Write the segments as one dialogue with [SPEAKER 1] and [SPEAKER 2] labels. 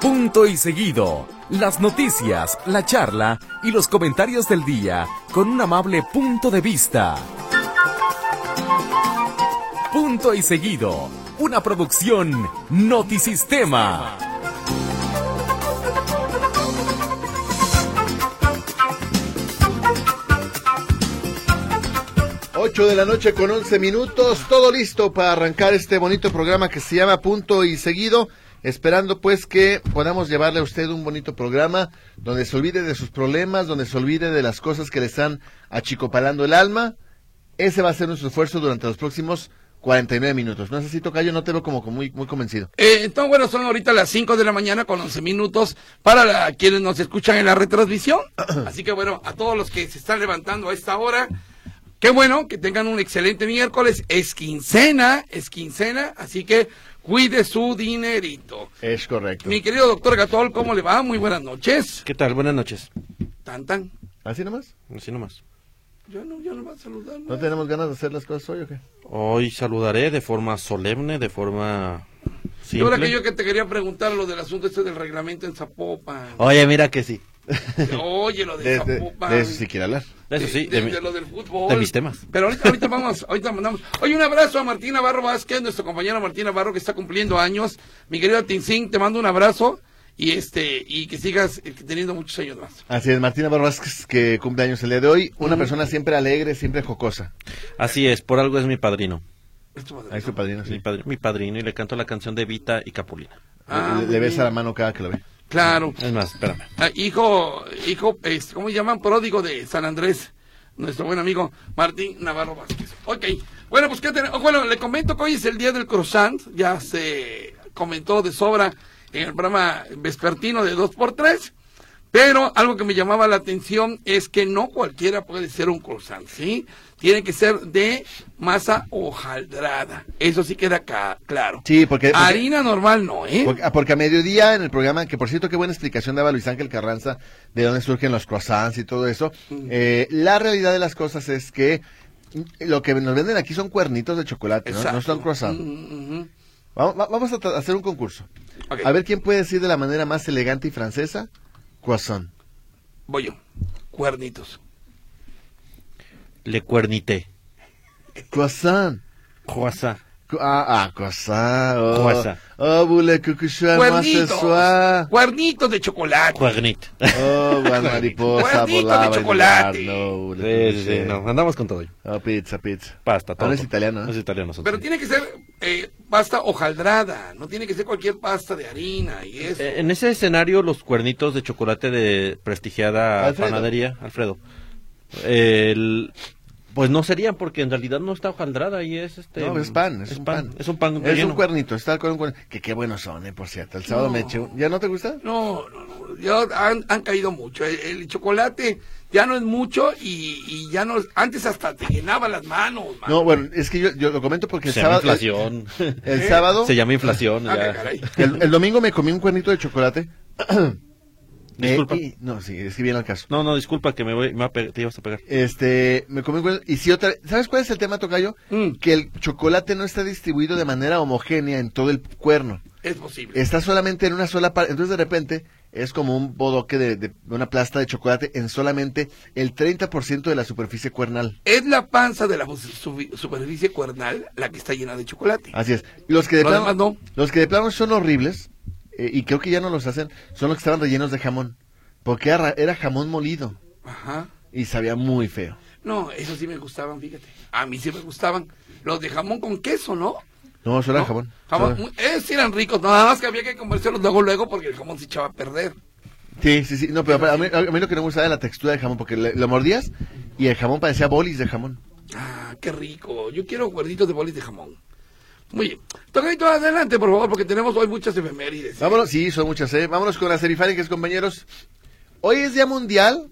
[SPEAKER 1] Punto y seguido. Las noticias, la charla y los comentarios del día con un amable punto de vista. Punto y seguido. Una producción Notisistema.
[SPEAKER 2] Ocho de la noche con 11 minutos, todo listo para arrancar este bonito programa que se llama Punto y Seguido esperando pues que podamos llevarle a usted un bonito programa donde se olvide de sus problemas, donde se olvide de las cosas que le están achicopalando el alma. Ese va a ser nuestro esfuerzo durante los próximos 49 minutos. No sé si Tocayo, no te veo como, como muy, muy convencido.
[SPEAKER 3] Eh, entonces, bueno, son ahorita las 5 de la mañana con 11 minutos para la, quienes nos escuchan en la retransmisión. Así que bueno, a todos los que se están levantando a esta hora, qué bueno, que tengan un excelente miércoles. Es quincena, es quincena, así que cuide su dinerito.
[SPEAKER 2] Es correcto.
[SPEAKER 3] Mi querido doctor Gatol, ¿cómo le va? Muy buenas noches.
[SPEAKER 4] ¿Qué tal? Buenas noches.
[SPEAKER 3] Tan tan.
[SPEAKER 2] ¿Así nomás?
[SPEAKER 4] Así nomás.
[SPEAKER 3] Yo no, yo no voy a saludar.
[SPEAKER 2] ¿No tenemos ganas de hacer las cosas hoy o qué?
[SPEAKER 4] Hoy saludaré de forma solemne, de forma
[SPEAKER 3] Y ahora que yo que te quería preguntar lo del asunto este del reglamento en Zapopan.
[SPEAKER 4] Oye, mira que sí.
[SPEAKER 3] Oye, lo de,
[SPEAKER 2] De, de-
[SPEAKER 3] Zapopan.
[SPEAKER 2] de eso sí quiere hablar.
[SPEAKER 4] De eso sí,
[SPEAKER 3] de,
[SPEAKER 4] de, mi-
[SPEAKER 3] de lo del fútbol.
[SPEAKER 4] de mis temas.
[SPEAKER 3] Pero ahorita, ahorita vamos, ahorita mandamos. Oye, un abrazo a Martín Navarro Vázquez, nuestro compañero Martín Navarro que está cumpliendo años. Mi querido Tinsín, te mando un abrazo y este y que sigas eh, teniendo muchos años más.
[SPEAKER 2] Así es, Martina Barbásquez, que cumple años el día de hoy. Una persona siempre alegre, siempre jocosa.
[SPEAKER 4] Así es, por algo es mi padrino.
[SPEAKER 3] Esto va a
[SPEAKER 2] Ahí
[SPEAKER 3] ser-
[SPEAKER 2] su padrino,
[SPEAKER 4] Mi,
[SPEAKER 2] Ah, sí.
[SPEAKER 4] padri- mi padrino y le canto la canción de Vita y Capulina.
[SPEAKER 3] Ah,
[SPEAKER 2] le, le besa la mano cada que lo ve.
[SPEAKER 3] Claro.
[SPEAKER 4] Es más, espérame.
[SPEAKER 3] Ah, hijo, hijo, este, ¿cómo llaman? Pródigo de San Andrés, nuestro buen amigo Martín Navarro Vázquez. Ok, bueno, pues ¿qué tenemos? Bueno, le comento que hoy es el día del croissant, ya se comentó de sobra en el programa vespertino de 2x3, pero algo que me llamaba la atención es que no cualquiera puede ser un croissant, ¿sí? Tiene que ser de masa hojaldrada, eso sí queda ca- claro.
[SPEAKER 2] Sí, porque- porque-
[SPEAKER 3] Harina normal no, ¿eh?
[SPEAKER 2] Porque, ah, porque a mediodía en el programa, que por cierto, qué buena explicación daba Luis Ángel Carranza de dónde surgen los croissants y todo eso. Eh, la realidad de las cosas es que mm, lo que nos venden aquí son cuernitos de chocolate, ¿no? No son croissants.
[SPEAKER 3] Mm, mm,
[SPEAKER 2] Vamos, va- vamos a tra- hacer un concurso.
[SPEAKER 3] Ok.
[SPEAKER 2] A ver quién puede decir de la manera más elegante y francesa croissant.
[SPEAKER 3] Voy yo, cuernitos.
[SPEAKER 4] Le cuernité.
[SPEAKER 2] Croissant.
[SPEAKER 4] Juasa.
[SPEAKER 2] Cu- Ah, ah, croissant. Oh,
[SPEAKER 4] Croissant.
[SPEAKER 2] oh boule cucuchua, moi ce soir.
[SPEAKER 3] Cuernitos. Cuernitos de chocolate.
[SPEAKER 4] Cuernit.
[SPEAKER 2] Oh, guan mariposa
[SPEAKER 3] Cuernito de
[SPEAKER 2] volaba en el
[SPEAKER 3] chocolate.
[SPEAKER 2] ar, no, boule
[SPEAKER 4] Sí, sí, sí,
[SPEAKER 2] cucuchua.
[SPEAKER 4] no, andamos con todo.
[SPEAKER 2] Oh, pizza, pizza.
[SPEAKER 4] Pasta, todo.
[SPEAKER 2] Ahora es italiano, ¿eh?
[SPEAKER 4] Es italiano. nosotros.
[SPEAKER 3] Pero tiene que ser eh, pasta hojaldrada. No tiene que ser cualquier pasta de harina y eso.
[SPEAKER 4] Eh, En ese escenario, los cuernitos de chocolate de prestigiada
[SPEAKER 2] Alfredo.
[SPEAKER 4] panadería, Alfredo, el- pues no serían porque en realidad no está hojaldrada y es este.
[SPEAKER 2] No, es pan, es, un pan.
[SPEAKER 4] Es un pan
[SPEAKER 2] Es un
[SPEAKER 4] relleno.
[SPEAKER 2] cuernito, está con un cuernito. Que qué buenos son, eh, por cierto. El sábado me eché un... ¿Ya no te gusta?
[SPEAKER 3] No, no, no. Ya han, han caído mucho. El, el chocolate ya no es mucho y, y ya no. es- Antes hasta te llenaba las manos. man.
[SPEAKER 2] No, bueno, es que yo, yo lo comento porque el
[SPEAKER 4] Se llama
[SPEAKER 2] sábado... eh,
[SPEAKER 4] inflación.
[SPEAKER 2] El sábado...
[SPEAKER 4] Se llama inflación.
[SPEAKER 3] Ah,
[SPEAKER 4] ya.
[SPEAKER 3] qué caray.
[SPEAKER 2] El, el domingo me comí un cuernito de chocolate. Eh,
[SPEAKER 4] Disculpa.
[SPEAKER 2] y- no, sí, es que viene al caso.
[SPEAKER 4] No, no, disculpa que me voy, me va a pe- te ibas a pegar.
[SPEAKER 2] Este, me comí un cuernito. Y si otra... ¿Sabes cuál es el tema, Tocayo?
[SPEAKER 3] Mm.
[SPEAKER 2] Que el chocolate no está distribuido de manera homogénea en todo el cuerno.
[SPEAKER 3] Es posible.
[SPEAKER 2] Está solamente en una sola parte. Entonces, de repente, es como un bodoque de, de una plasta de chocolate en solamente el 30% de la superficie cuernal.
[SPEAKER 3] Es la panza de la su- superficie cuernal la que está llena de chocolate.
[SPEAKER 2] Así es. Los que de
[SPEAKER 3] Lo
[SPEAKER 2] plano,
[SPEAKER 3] demás no.
[SPEAKER 2] los que de plano son horribles, eh, y creo que ya no los hacen, son los que estaban rellenos de jamón. Porque era, era jamón molido
[SPEAKER 3] Ajá.
[SPEAKER 2] y sabía muy feo.
[SPEAKER 3] No, esos sí me gustaban, fíjate. A mí sí me gustaban. Los de jamón con queso, ¿no?
[SPEAKER 2] No, solo era
[SPEAKER 3] ¿no?
[SPEAKER 2] jamón.
[SPEAKER 3] Jamón,
[SPEAKER 2] Solo-
[SPEAKER 3] muy- esos sí eran ricos, nada más que había que comerciarlos luego, luego, porque el jamón se echaba a perder.
[SPEAKER 2] Sí, sí, sí. No, pero a mí, a mí lo que no me gustaba era la textura del jamón, porque le- lo mordías y el jamón parecía bolis de jamón.
[SPEAKER 3] Ah, qué rico. Yo quiero cuerditos de bolis de jamón. Muy bien. Tocadito, adelante, por favor, porque tenemos hoy muchas efemérides.
[SPEAKER 2] Vámonos, sí, son muchas, ¿eh? Vámonos con las serifánicas, compañeros. Hoy es Día Mundial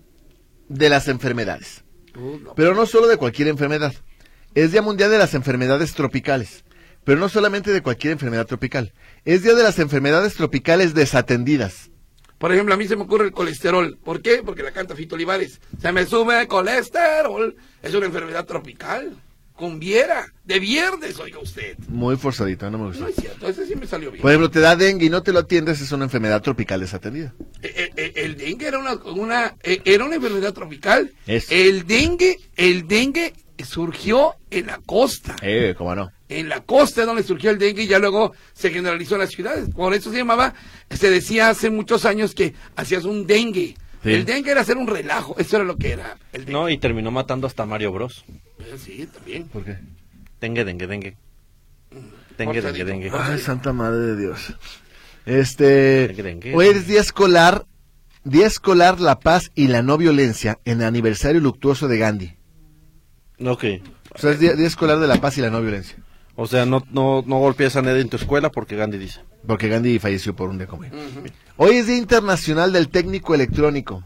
[SPEAKER 2] de las Enfermedades.
[SPEAKER 3] Uh, no.
[SPEAKER 2] Pero no solo de cualquier enfermedad. Es Día Mundial de las Enfermedades Tropicales. Pero no solamente de cualquier enfermedad tropical. Es Día de las Enfermedades Tropicales Desatendidas.
[SPEAKER 3] Por ejemplo, a mí se me ocurre el colesterol. ¿Por qué? Porque la canta Fito Olivares. Se me sube el colesterol. Es una enfermedad tropical. conviera, de viernes, oiga usted.
[SPEAKER 2] Muy forzadita, no me
[SPEAKER 3] No
[SPEAKER 2] gusta.
[SPEAKER 3] es cierto, ese sí me salió bien.
[SPEAKER 2] Por ejemplo, te da dengue y no te lo atiendes, es una enfermedad tropical desatendida.
[SPEAKER 3] Eh, eh, eh, el dengue era una, una, eh, era una enfermedad tropical.
[SPEAKER 2] Es.
[SPEAKER 3] El dengue, el dengue surgió en la costa.
[SPEAKER 2] Eh, cómo no.
[SPEAKER 3] En la costa es donde surgió el dengue y ya luego se generalizó en las ciudades. Por eso se llamaba, se decía hace muchos años que hacías un dengue.
[SPEAKER 2] Sí.
[SPEAKER 3] El dengue era hacer un relajo, eso era lo que era. El dengue.
[SPEAKER 4] No, y terminó matando hasta Mario Bros.
[SPEAKER 3] Eh, Sí, también.
[SPEAKER 2] ¿Por qué?
[SPEAKER 4] Dengue, dengue, dengue. Dengue, dengue, dengue.
[SPEAKER 2] Ay, santa madre de Dios.
[SPEAKER 4] Dengue, dengue.
[SPEAKER 2] Este, hoy es día escolar, día escolar la paz y la no violencia en el aniversario luctuoso de Gandhi.
[SPEAKER 4] Ok.
[SPEAKER 2] O sea, es día, día escolar de la paz y la no violencia.
[SPEAKER 4] O sea, no, no, no golpees a nadie en tu escuela porque Gandhi dice.
[SPEAKER 2] Porque Gandhi falleció por un día como hoy. Hoy es Día Internacional del Técnico Electrónico.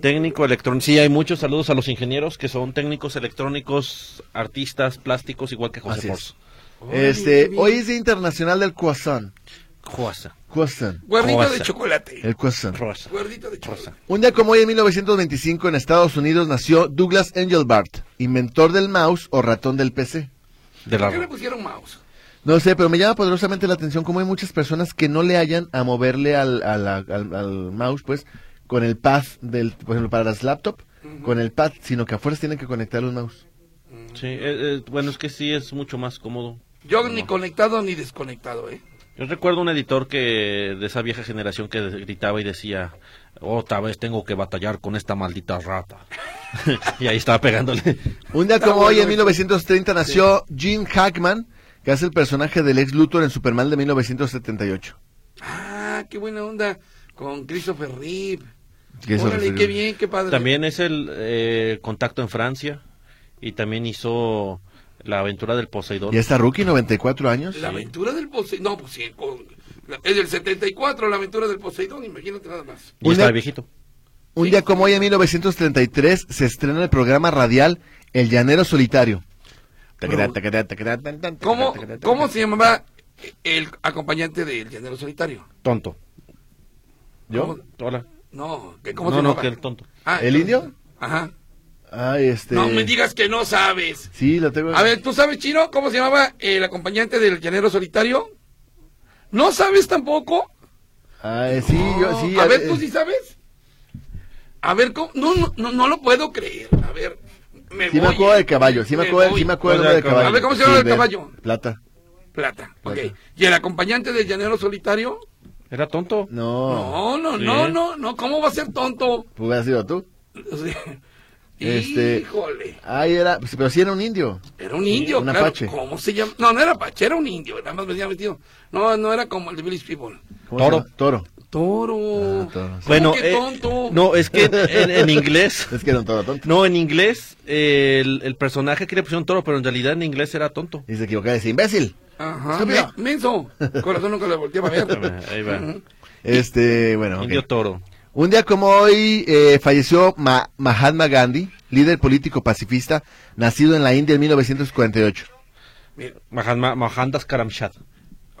[SPEAKER 4] Técnico electrónico. Sí, hay muchos saludos a los ingenieros que son técnicos electrónicos, artistas, plásticos, igual que José
[SPEAKER 2] Así
[SPEAKER 4] Force.
[SPEAKER 2] es. Este, hoy es Día Internacional del Croissant.
[SPEAKER 4] Juasa.
[SPEAKER 2] Croissant.
[SPEAKER 3] Guardito de
[SPEAKER 4] Cosa.
[SPEAKER 3] chocolate.
[SPEAKER 2] El croissant.
[SPEAKER 4] Rosa.
[SPEAKER 3] Guardito de chocolate.
[SPEAKER 2] Un día como hoy, en 1925, en Estados Unidos nació Douglas Engelbart, inventor del mouse o ratón del PC.
[SPEAKER 4] De
[SPEAKER 3] ¿Por qué le
[SPEAKER 4] la
[SPEAKER 3] pusieron mouse?
[SPEAKER 2] No sé, pero me llama poderosamente la atención cómo hay muchas personas que no le hallan a moverle al, a la- al- al mouse, pues, con el pad, del, por ejemplo, para las laptops, con el pad, sino que afuera tienen que conectar un mouse.
[SPEAKER 4] Sí, eh, eh, bueno, es que sí es mucho más cómodo.
[SPEAKER 3] Yo ni conectado ni desconectado, ¿eh?
[SPEAKER 4] Yo recuerdo un editor que de esa vieja generación que gritaba y decía, otra vez tengo que batallar con esta maldita rata. y ahí estaba pegándole.
[SPEAKER 2] Un día
[SPEAKER 3] Está
[SPEAKER 2] como hoy,
[SPEAKER 3] bueno
[SPEAKER 2] en
[SPEAKER 3] eso.
[SPEAKER 2] 1930, nació Jim Hackman, que hace el personaje del ex Luthor en Superman de 1978.
[SPEAKER 3] Ah, qué buena onda con Christopher Reeve.
[SPEAKER 2] Que eso
[SPEAKER 3] Órale,
[SPEAKER 2] refirió.
[SPEAKER 3] qué bien, qué padre.
[SPEAKER 4] También es el eh, contacto en Francia y también hizo la aventura del Poseidón.
[SPEAKER 2] Y está Rookie, 94 años.
[SPEAKER 3] La aventura del Poseidón. No, pues sí, con- la- es del 74, la aventura del Poseidón, imagínate nada más.
[SPEAKER 4] Y estaba
[SPEAKER 2] Una-
[SPEAKER 4] viejito.
[SPEAKER 2] Un día como hoy, en 1933, se estrena el programa radial El Llanero Solitario.
[SPEAKER 3] ¿Cómo, cómo se llamaba el acompañante del llanero solitario?
[SPEAKER 4] Tonto.
[SPEAKER 2] ¿Yo?
[SPEAKER 3] ¿Cómo?
[SPEAKER 4] Hola.
[SPEAKER 3] No, ¿qué- ¿cómo
[SPEAKER 4] No,
[SPEAKER 3] se
[SPEAKER 4] no,
[SPEAKER 3] llamaba?
[SPEAKER 4] que el tonto.
[SPEAKER 3] Ah,
[SPEAKER 2] ¿El indio?
[SPEAKER 3] Ajá.
[SPEAKER 2] Ah, este...
[SPEAKER 3] No me digas que no sabes.
[SPEAKER 2] Sí, lo tengo.
[SPEAKER 3] A ver, ¿tú sabes, Chino, cómo se llamaba el acompañante del llanero solitario? ¿No sabes tampoco?
[SPEAKER 2] Ah, eh, sí, yo, sí.
[SPEAKER 3] a, ver,
[SPEAKER 2] eh,
[SPEAKER 3] ¿tú sí sabes? A ver, ¿cómo? No, no, no, no lo puedo creer. A ver, me
[SPEAKER 2] Sí me
[SPEAKER 3] voy,
[SPEAKER 2] acuerdo
[SPEAKER 3] eh.
[SPEAKER 2] del caballo, sí me acuerdo,
[SPEAKER 3] voy.
[SPEAKER 2] sí me acuerdo
[SPEAKER 4] O sea,
[SPEAKER 2] del caballo.
[SPEAKER 3] a ver, ¿cómo se llama el
[SPEAKER 2] Silver,
[SPEAKER 3] caballo?
[SPEAKER 2] Plata.
[SPEAKER 3] Plata. ok.
[SPEAKER 2] Plata.
[SPEAKER 3] ¿Y el acompañante del llanero solitario?
[SPEAKER 4] Era tonto.
[SPEAKER 2] No.
[SPEAKER 3] No, no,
[SPEAKER 4] Sí.
[SPEAKER 3] no, no, no. ¿Cómo va a ser tonto?
[SPEAKER 2] Pues hubieras sido tú.
[SPEAKER 3] O sea,
[SPEAKER 2] Este-
[SPEAKER 3] Híjole.
[SPEAKER 2] Ay, era... pues, Pero sí era un indio.
[SPEAKER 3] Era un indio,
[SPEAKER 2] un
[SPEAKER 3] claro.
[SPEAKER 2] apache.
[SPEAKER 3] ¿Cómo se llama? No, no era apache, era un indio. Nada más me había metido. No, no era como el de Billy People.
[SPEAKER 2] ¿Cómo se
[SPEAKER 4] Toro.
[SPEAKER 2] llama? Toro.
[SPEAKER 3] Toro.
[SPEAKER 2] Ah, toro, sí.
[SPEAKER 3] ¿Cómo
[SPEAKER 4] Bueno,
[SPEAKER 3] que
[SPEAKER 4] eh,
[SPEAKER 3] tonto?
[SPEAKER 4] no, es que en, en inglés,
[SPEAKER 2] Es que era un toro tonto.
[SPEAKER 4] no, en inglés, eh, el, el personaje que le pusieron toro, pero en realidad en inglés era tonto.
[SPEAKER 2] Y se equivocaba, dice, imbécil.
[SPEAKER 3] Ajá.
[SPEAKER 2] Estúpido.
[SPEAKER 3] me- menso. Corazón nunca le volteaba a ver.
[SPEAKER 4] Ahí va.
[SPEAKER 3] Ujú.
[SPEAKER 2] Este, bueno, ok.
[SPEAKER 4] Indio toro.
[SPEAKER 2] Un día como hoy eh, falleció Ma- Mahatma Gandhi, líder político pacifista, nacido en la India en 1948.
[SPEAKER 3] Mira,
[SPEAKER 4] Mahatma, Mahandas Karamchat.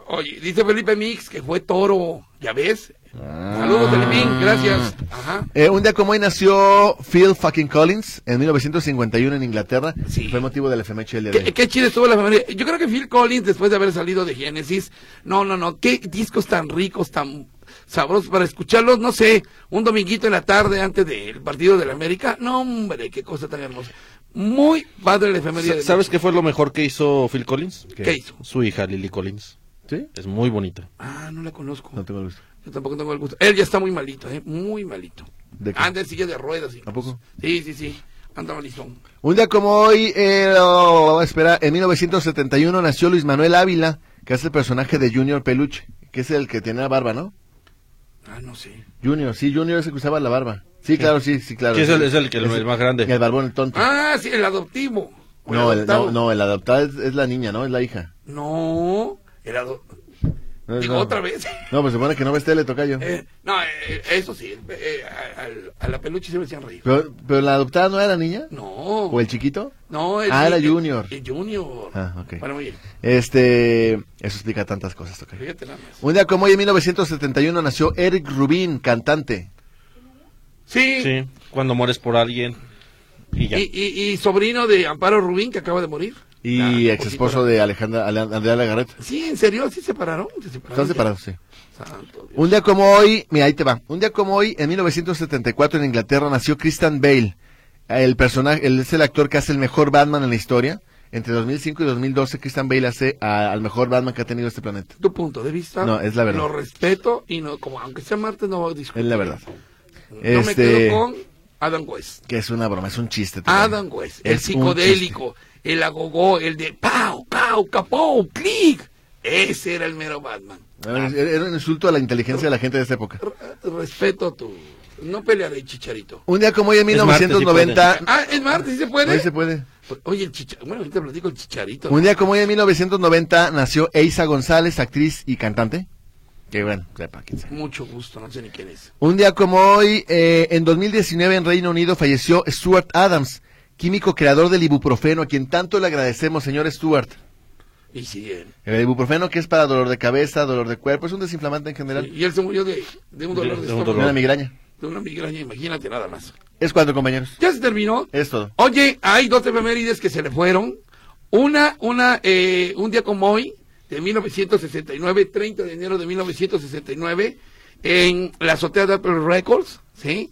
[SPEAKER 3] Oye, dice Felipe Mix que fue toro. ¿Ya ves? Saludos,
[SPEAKER 2] Ah.
[SPEAKER 3] Felipe. Gracias. Ajá.
[SPEAKER 2] Eh, un día como hoy nació Phil fucking Collins en 1951 en Inglaterra.
[SPEAKER 3] Sí.
[SPEAKER 2] Fue motivo de la FMH el día de
[SPEAKER 3] ¿Qué,
[SPEAKER 2] hoy.
[SPEAKER 3] qué chida estuvo la familia. Yo creo que Phil Collins, después de haber salido de Genesis, no, no, no, qué discos tan ricos, tan sabrosos para escucharlos, no sé, un dominguito en la tarde antes del partido de la América. No, hombre, qué cosa tan hermosa. Muy padre la efeméride.
[SPEAKER 4] Sa-
[SPEAKER 3] de-
[SPEAKER 4] ¿Sabes qué fue lo mejor que hizo Phil Collins?
[SPEAKER 3] ¿Qué? hizo?
[SPEAKER 4] Su hija Lily Collins.
[SPEAKER 2] ¿Sí?
[SPEAKER 4] Es muy bonita.
[SPEAKER 3] Ah, no la conozco.
[SPEAKER 2] No tengo el gusto.
[SPEAKER 3] Yo tampoco tengo el gusto. Él ya está muy malito, ¿eh? Muy malito.
[SPEAKER 2] ¿De qué?
[SPEAKER 3] Anda en silla de ruedas. incluso.
[SPEAKER 2] ¿A poco?
[SPEAKER 3] Sí, sí, sí. Anda malito.
[SPEAKER 2] Un día como hoy, eh, oh, espera, en 1971 nació Luis Manuel Ávila, que es el personaje de Junior Peluche, que es el que tiene la barba, ¿no?
[SPEAKER 3] Ah, no sé.
[SPEAKER 2] Junior, sí, Junior es el que usaba la barba. Sí, claro, sí, sí, claro.
[SPEAKER 4] Sí, es el- es el que- el más grande.
[SPEAKER 2] Y el barbón, el tonto.
[SPEAKER 3] Ah, sí, el adoptivo. O
[SPEAKER 2] no, el,
[SPEAKER 3] adoptado.
[SPEAKER 2] no, no, el adoptado es, es la niña, ¿no? Es la hija.
[SPEAKER 3] No, el adoptado.
[SPEAKER 2] No,
[SPEAKER 3] Digo,
[SPEAKER 2] no.
[SPEAKER 3] otra vez.
[SPEAKER 2] No, pues se supone que no ves tele, tocayo.
[SPEAKER 3] Eh, no, eh, eso sí, eh, eh, a, al- a la peluche se me hacían reír.
[SPEAKER 2] Pero, pero la adoptada no era niña.
[SPEAKER 3] No,
[SPEAKER 2] ¿O el chiquito?
[SPEAKER 3] no, el,
[SPEAKER 2] Ah, era
[SPEAKER 3] el-
[SPEAKER 2] Junior.
[SPEAKER 3] el Junior.
[SPEAKER 2] Ah, ok.
[SPEAKER 3] Bueno, muy bien,
[SPEAKER 2] Este, eso explica tantas cosas, tocayo.
[SPEAKER 3] fíjate nada más.
[SPEAKER 2] Un día como hoy, en 1971, nació Eric Rubin, cantante.
[SPEAKER 3] Sí,
[SPEAKER 4] Sí, cuando mueres por alguien. Y ya.
[SPEAKER 3] Y, y- y sobrino de Amparo Rubín, que acaba de morir.
[SPEAKER 2] Y
[SPEAKER 3] Ah,
[SPEAKER 2] ex esposo de Alejandra, Ale- Andrea Legarreta.
[SPEAKER 3] Sí, en serio, sí se pararon. Se separaron
[SPEAKER 2] Están separados, sí.
[SPEAKER 3] Ah, ya. Santo Dios.
[SPEAKER 2] Un día como hoy, mira, ahí te va. Un día como hoy, en 1974 en Inglaterra nació Christian Bale. El personaje, él es el actor que hace el mejor Batman en la historia. Entre 2005 y 2012, Christian Bale hace a- al mejor Batman que ha tenido este planeta.
[SPEAKER 3] Tu punto de vista.
[SPEAKER 2] No, es la verdad.
[SPEAKER 3] Lo respeto y no, como aunque sea martes, no voy a discutir.
[SPEAKER 2] Es la verdad.
[SPEAKER 3] No me
[SPEAKER 2] Este,
[SPEAKER 3] quedo con Adam West.
[SPEAKER 2] que es una broma, es un chiste. también.
[SPEAKER 3] Adam West, el
[SPEAKER 2] Es un
[SPEAKER 3] psicodélico, el agogó, el de pau, pau, capó, clic. Ese era el mero Batman.
[SPEAKER 2] chiste. Ah, Era, era un insulto a la inteligencia de la gente de esta época.
[SPEAKER 3] R- Respeto tu. No pelearé, chicharito.
[SPEAKER 2] Un día como hoy, en
[SPEAKER 4] Es martes,
[SPEAKER 2] 1990.
[SPEAKER 3] Ah, es martes, ¿sí se puede?
[SPEAKER 2] Hoy se puede.
[SPEAKER 3] Oye, el chicharito. Bueno, ahorita platico el chicharito.
[SPEAKER 2] Un día como hoy en 1990 nació Eisa González, actriz y cantante. Que bueno, sepa quién sea.
[SPEAKER 3] Mucho gusto, no sé ni quién es.
[SPEAKER 2] Un día como hoy, eh, en 2019 en Reino Unido falleció Stuart Adams, químico creador del ibuprofeno, a quien tanto le agradecemos, señor Stuart.
[SPEAKER 3] Y si él.
[SPEAKER 2] El ibuprofeno que es para dolor de cabeza, dolor de cuerpo, es un desinflamante en general,
[SPEAKER 3] Y él se murió de, de un dolor de,
[SPEAKER 4] De- de un
[SPEAKER 3] estómago,
[SPEAKER 2] de una migraña.
[SPEAKER 3] de una migraña, imagínate nada más.
[SPEAKER 2] Es cuatro compañeros.
[SPEAKER 3] Ya se terminó.
[SPEAKER 2] Es todo.
[SPEAKER 3] Oye, hay dos efemérides que se le fueron. Una, una, eh, un día como hoy, de 1969, 30 de enero de 1969, en la azotea de Apple Records, ¿sí?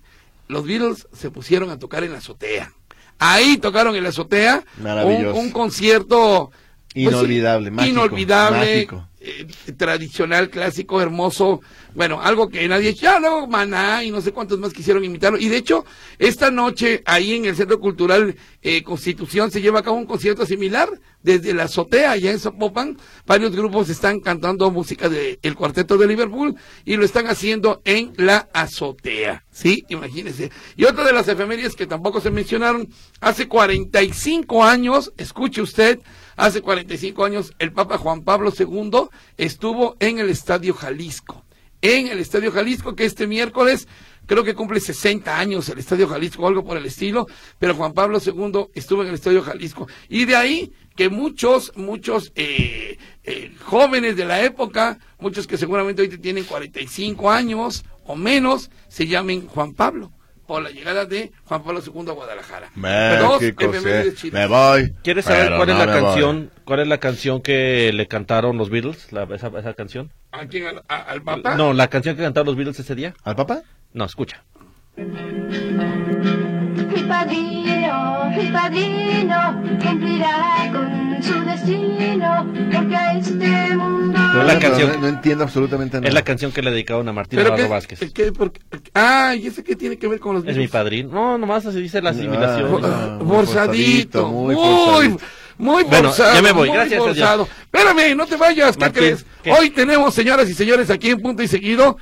[SPEAKER 3] Los Beatles se pusieron a tocar en la azotea. Ahí tocaron en la azotea un,
[SPEAKER 2] Maravilloso.
[SPEAKER 3] un concierto pues,
[SPEAKER 2] Inolvidable, mágico,
[SPEAKER 3] inolvidable,
[SPEAKER 2] mágico.
[SPEAKER 3] eh, tradicional, clásico, hermoso, bueno, algo que nadie, ya luego Maná y no sé cuántos más quisieron imitarlo. Y de hecho, esta noche ahí en el Centro Cultural eh, Constitución se lleva a cabo un concierto similar desde la azotea allá en Zapopan. Varios grupos están cantando música del el Cuarteto de Liverpool y lo están haciendo en la azotea. Sí, imagínense. Y otra de las efemérides que tampoco se mencionaron, hace 45 años, escuche usted, Hace 45 años el Papa Juan Pablo II estuvo en el Estadio Jalisco. En el Estadio Jalisco, que este miércoles creo que cumple 60 años el Estadio Jalisco o algo por el estilo, pero Juan Pablo II estuvo en el Estadio Jalisco. Y de ahí que muchos, muchos eh, eh, jóvenes de la época, muchos que seguramente hoy tienen 45 años o menos, se llamen Juan Pablo por la llegada de Juan Pablo II a Guadalajara. Dos efemérides chidas.
[SPEAKER 2] eh. voy.
[SPEAKER 4] ¿Quieres saber
[SPEAKER 2] pero
[SPEAKER 4] cuál es
[SPEAKER 2] no
[SPEAKER 4] la
[SPEAKER 2] me voy.
[SPEAKER 4] canción? ¿Cuál es la canción que le cantaron los Beatles? La- esa, esa canción.
[SPEAKER 3] ¿A quién? ¿Al, a- al Papa?
[SPEAKER 4] No, la canción que cantaron los Beatles ese día.
[SPEAKER 2] ¿Al papá?
[SPEAKER 4] No, escucha.
[SPEAKER 5] Mi padrino, mi padrino, cumplirá con su destino, porque a este mundo...
[SPEAKER 4] es la
[SPEAKER 2] No,
[SPEAKER 4] canción.
[SPEAKER 2] No, no entiendo absolutamente nada.
[SPEAKER 4] Es la canción que le dedicaron a Martín
[SPEAKER 3] Pero
[SPEAKER 4] Navarro
[SPEAKER 3] qué,
[SPEAKER 4] Vázquez.
[SPEAKER 3] qué- por qué- ah, ¿y ese qué tiene que ver con los
[SPEAKER 4] Es
[SPEAKER 3] virus?
[SPEAKER 4] mi padrino. No, nomás así dice la
[SPEAKER 2] Ah,
[SPEAKER 4] asimilación.
[SPEAKER 3] Ah,
[SPEAKER 2] Muy
[SPEAKER 3] Forzadito,
[SPEAKER 2] forzadito,
[SPEAKER 3] muy,
[SPEAKER 2] muy
[SPEAKER 3] muy,
[SPEAKER 2] forzadito.
[SPEAKER 4] Bueno,
[SPEAKER 3] forzado.
[SPEAKER 4] ya me voy,
[SPEAKER 3] muy
[SPEAKER 4] gracias a Dios.
[SPEAKER 3] forzado. Espérame, no te vayas, ¿qué
[SPEAKER 4] Martín,
[SPEAKER 3] crees?
[SPEAKER 4] ¿qué?
[SPEAKER 3] Hoy tenemos, señoras y señores, aquí en Punto y Seguido,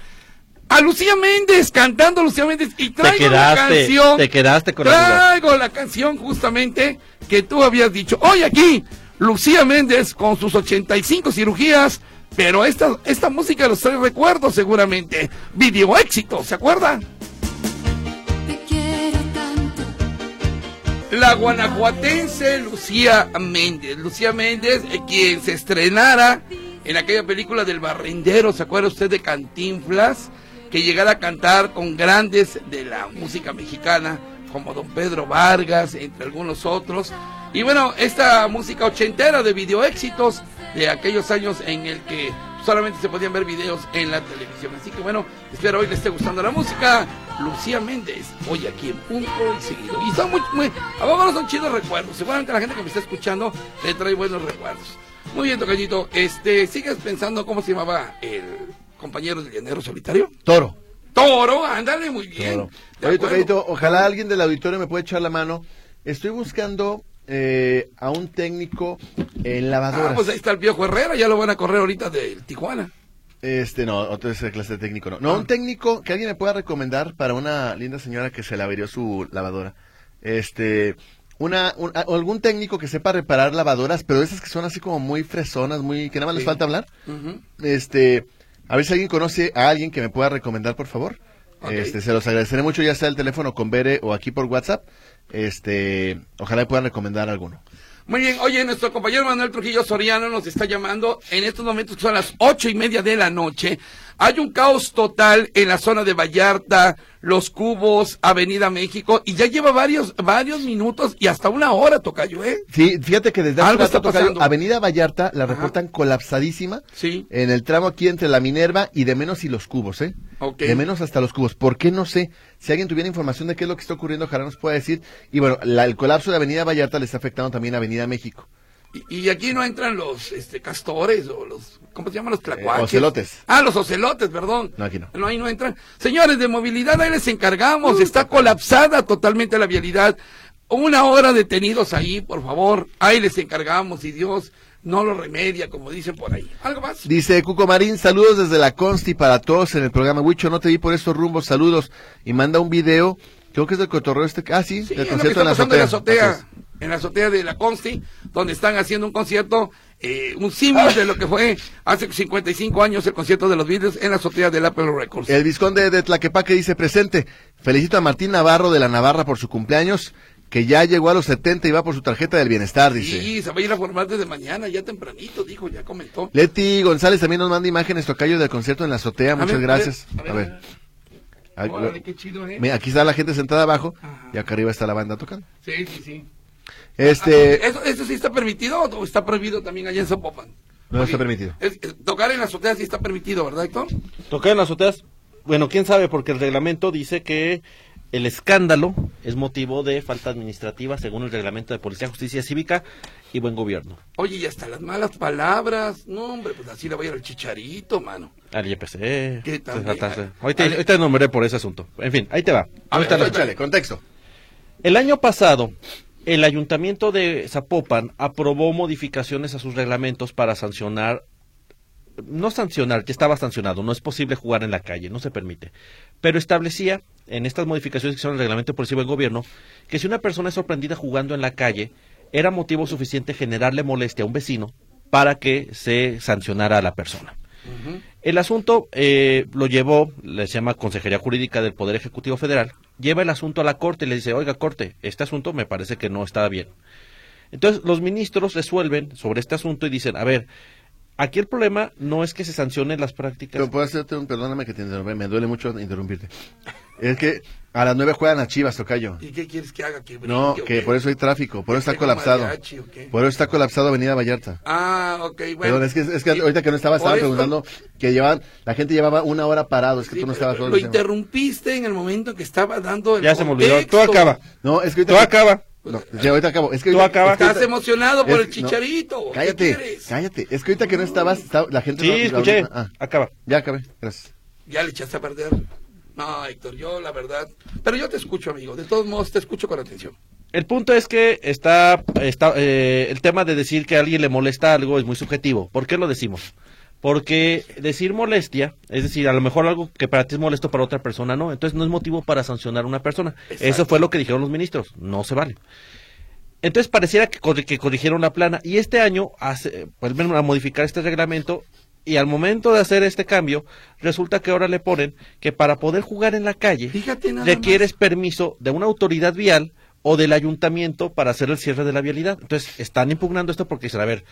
[SPEAKER 3] a Lucía Méndez, cantando Lucía Méndez, y traigo la
[SPEAKER 4] quedaste,
[SPEAKER 3] canción.
[SPEAKER 4] te quedaste con la duda.
[SPEAKER 3] Traigo la canción justamente que tú habías dicho. Hoy aquí, Lucía Méndez con sus 85 cirugías. Pero esta, esta música los trae recuerdos seguramente. Video éxito, ¿se acuerdan?
[SPEAKER 6] Te quiero tanto.
[SPEAKER 3] La guanajuatense Lucía Méndez. Lucía Méndez, eh, quien se estrenara en aquella película del barrendero, ¿se acuerda usted de Cantinflas? Que llegara a cantar con grandes de la música mexicana, como don Pedro Vargas, entre algunos otros. Y bueno, esta música ochentera de video éxitos de aquellos años en el que solamente se podían ver videos en la televisión. Así que bueno, espero hoy les esté gustando la música. Lucía Méndez, hoy aquí en Punto y Seguido. Y son muy, muy, a Bárbaro son chidos recuerdos. Seguramente la gente que me está escuchando le trae buenos recuerdos. Muy bien, Tocayito, este, ¿sigues pensando cómo se llamaba el compañero del llanero solitario?
[SPEAKER 2] Toro.
[SPEAKER 3] Toro, ándale, muy bien.
[SPEAKER 2] Claro.
[SPEAKER 3] De
[SPEAKER 2] Oye,
[SPEAKER 3] acuerdo.
[SPEAKER 2] Tocadito, ojalá alguien del auditorio me pueda echar la mano. Estoy buscando eh, a un técnico en lavadoras.
[SPEAKER 3] Ah, pues ahí está el viejo Herrera, ya lo van a correr ahorita del Tijuana.
[SPEAKER 2] Este, no, otra es clase de técnico, no.
[SPEAKER 3] Ah.
[SPEAKER 2] No, un técnico que alguien me pueda recomendar para una linda señora que se la averió su lavadora. Este, una, un- a- algún técnico que sepa reparar lavadoras, pero esas que son así como muy fresonas, muy, que nada más les falta hablar.
[SPEAKER 3] Ujú.
[SPEAKER 2] Este, a ver si alguien conoce a alguien que me pueda recomendar, por favor.
[SPEAKER 3] Ok.
[SPEAKER 2] Este, se los agradeceré mucho, ya sea el teléfono con Bere o aquí por WhatsApp. Este, ojalá me puedan recomendar alguno.
[SPEAKER 3] Muy bien, oye, nuestro compañero Manuel Trujillo Soriano nos está llamando en estos momentos que son las ocho y media de la noche. Hay un caos total en la zona de Vallarta, Los Cubos, Avenida México, y ya lleva varios, varios minutos y hasta una hora, Tocayo, ¿eh?
[SPEAKER 2] Sí, fíjate que desde hace
[SPEAKER 3] Algo
[SPEAKER 2] rato,
[SPEAKER 3] está
[SPEAKER 2] Tocayo,
[SPEAKER 3] pasando.
[SPEAKER 2] Avenida Vallarta la
[SPEAKER 3] Ajá.
[SPEAKER 2] reportan colapsadísima
[SPEAKER 3] Sí.
[SPEAKER 2] en el tramo aquí entre la Minerva y de menos y los cubos, ¿eh?
[SPEAKER 3] Ok.
[SPEAKER 2] De menos hasta los cubos. ¿Por qué no sé? Si alguien tuviera información de qué es lo que está ocurriendo, ojalá nos pueda decir. Y bueno, la- el colapso de Avenida Vallarta le está afectando también a Avenida México.
[SPEAKER 3] Y, y aquí no entran los este, castores o los, ¿cómo se llaman los tlacuaches?
[SPEAKER 2] Eh, ocelotes.
[SPEAKER 3] Ah, los ocelotes, perdón.
[SPEAKER 2] No, aquí no.
[SPEAKER 3] No, ahí no entran. Señores, de movilidad ahí les encargamos, está colapsada totalmente la vialidad. Una hora detenidos ahí, por favor, ahí les encargamos y Dios no lo remedia, como dicen por ahí. ¿Algo más?
[SPEAKER 2] Dice Cuco Marín, saludos desde la Consti para todos en el programa. Huicho, no te vi por estos rumbos, saludos. Y manda un video, creo que es del cotorreo este, ah, sí, del
[SPEAKER 3] Sí, es lo que
[SPEAKER 2] concierto
[SPEAKER 3] está
[SPEAKER 2] en la
[SPEAKER 3] pasando
[SPEAKER 2] azotea.
[SPEAKER 3] en la azotea,
[SPEAKER 2] Así es.
[SPEAKER 3] en la azotea de la Consti, donde están haciendo un concierto, eh, un
[SPEAKER 2] Ah.
[SPEAKER 3] símbolo de lo que fue hace 55 años el concierto de los Beatles en la azotea del Apple Records.
[SPEAKER 2] El visconde de Tlaquepaque dice presente. Felicito a Martín Navarro de la Navarra por su cumpleaños, que ya llegó a los 70 y va por su tarjeta del bienestar, dice.
[SPEAKER 3] Sí, se va a ir a formar desde mañana, ya tempranito, dijo, ya comentó.
[SPEAKER 2] Leti González también nos manda imágenes, tocayo del concierto en la azotea.
[SPEAKER 3] A
[SPEAKER 2] Muchas
[SPEAKER 3] ver,
[SPEAKER 2] gracias.
[SPEAKER 3] a ver,
[SPEAKER 2] A
[SPEAKER 3] a
[SPEAKER 2] ver.
[SPEAKER 3] ver.
[SPEAKER 2] Ay, lo-
[SPEAKER 3] Órale, qué chido, ¿eh?
[SPEAKER 2] Mira, aquí está la gente sentada abajo
[SPEAKER 3] Ajá. Ah,
[SPEAKER 2] y acá arriba está la banda tocando.
[SPEAKER 3] Sí, sí, sí. Ah,
[SPEAKER 2] Este,
[SPEAKER 3] ¿Eso, eso sí está permitido o está prohibido también allá en Zapopan?
[SPEAKER 2] No
[SPEAKER 3] Porque
[SPEAKER 2] está permitido.
[SPEAKER 3] es- es- tocar en la azotea sí está permitido, ¿verdad, Héctor?
[SPEAKER 4] Tocar en las azoteas, bueno, quién sabe, porque el reglamento dice que el escándalo es motivo de falta administrativa según el reglamento de Policía, Justicia Cívica y Buen Gobierno,
[SPEAKER 3] Oye, y hasta las malas palabras. No, hombre, pues así le voy a ir al chicharito, mano.
[SPEAKER 4] al IPC.
[SPEAKER 3] ¿Qué tal?
[SPEAKER 4] Ahorita, ahorita nombré por ese asunto. En fin, ahí te va.
[SPEAKER 3] A ver,
[SPEAKER 4] Ahorita lo-
[SPEAKER 2] échale, contexto.
[SPEAKER 4] El año pasado, el ayuntamiento de Zapopan aprobó modificaciones a sus reglamentos para sancionar, no sancionar, que estaba sancionado, no es posible jugar en la calle, no se permite, pero establecía en estas modificaciones que hicieron el reglamento por del gobierno que si una persona es sorprendida jugando en la calle, era motivo suficiente generarle molestia a un vecino para que se sancionara a la persona. El asunto eh, lo llevó, le se llama Consejería Jurídica del Poder Ejecutivo Federal, lleva el asunto a la Corte y le dice, oiga, Corte, este asunto me parece que no está bien. Entonces, los ministros resuelven sobre este asunto y dicen, a ver, aquí el problema no es que se sancionen las prácticas.
[SPEAKER 2] Pero pues, puedo hacerte un, perdóname que te interrumpí, me duele mucho interrumpirte. Es que a las nueve juegan a Chivas, tocayo.
[SPEAKER 3] ¿Y qué quieres que haga? ¿Que
[SPEAKER 2] No,
[SPEAKER 3] brinque o
[SPEAKER 2] que
[SPEAKER 3] qué?
[SPEAKER 2] por eso hay tráfico, por eso está
[SPEAKER 3] Tengo
[SPEAKER 2] colapsado.
[SPEAKER 3] mariachi, ¿o qué?
[SPEAKER 2] Por eso está colapsado Avenida Vallarta.
[SPEAKER 3] Ah, ok, bueno.
[SPEAKER 2] Perdón, es que, es que
[SPEAKER 3] Y-
[SPEAKER 2] ahorita que no estaba, estaba
[SPEAKER 3] por esto-
[SPEAKER 2] preguntando que llevaban, la gente llevaba una hora parado, es que
[SPEAKER 3] Sí,
[SPEAKER 2] tú no
[SPEAKER 3] pero
[SPEAKER 2] estabas todo
[SPEAKER 3] Lo
[SPEAKER 2] el tema.
[SPEAKER 3] interrumpiste en el momento que estaba dando el
[SPEAKER 4] Ya se me olvidó.
[SPEAKER 3] contexto.
[SPEAKER 4] Todo acaba.
[SPEAKER 2] No, es que ahorita.
[SPEAKER 4] Todo acaba.
[SPEAKER 2] No, ya ahorita acabo. Es que
[SPEAKER 4] Tú
[SPEAKER 2] ahorita-
[SPEAKER 4] acaba.
[SPEAKER 2] es que ahorita-
[SPEAKER 3] Estás emocionado por
[SPEAKER 2] es-
[SPEAKER 3] el chicharito. ¿Qué
[SPEAKER 2] cállate,
[SPEAKER 3] quieres?
[SPEAKER 2] cállate. Es que ahorita que no estabas, estaba- la gente.
[SPEAKER 4] Sí,
[SPEAKER 2] no-
[SPEAKER 4] escuché.
[SPEAKER 2] ah,
[SPEAKER 4] Acaba.
[SPEAKER 2] ya acabé, gracias.
[SPEAKER 3] Ya le echaste a perder. No, Héctor, yo la verdad. Pero yo te escucho, amigo. De todos modos, te escucho con atención.
[SPEAKER 4] El punto es que está, está eh, el tema de decir que a alguien le molesta algo es muy subjetivo. ¿Por qué lo decimos? Porque decir molestia, es decir, a lo mejor algo que para ti es molesto para otra persona no, entonces no es motivo para sancionar a una persona.
[SPEAKER 3] Exacto.
[SPEAKER 4] Eso fue lo que dijeron los ministros, no se vale. Entonces pareciera que, corri- que corrigieron la plana y este año hace, vuelven a modificar este reglamento y al momento de hacer este cambio resulta que ahora le ponen que para poder jugar en la calle
[SPEAKER 3] Fíjate nada
[SPEAKER 4] requieres
[SPEAKER 3] más.
[SPEAKER 4] permiso de una autoridad vial o del ayuntamiento para hacer el cierre de la vialidad. Entonces están impugnando esto porque dicen, a ver,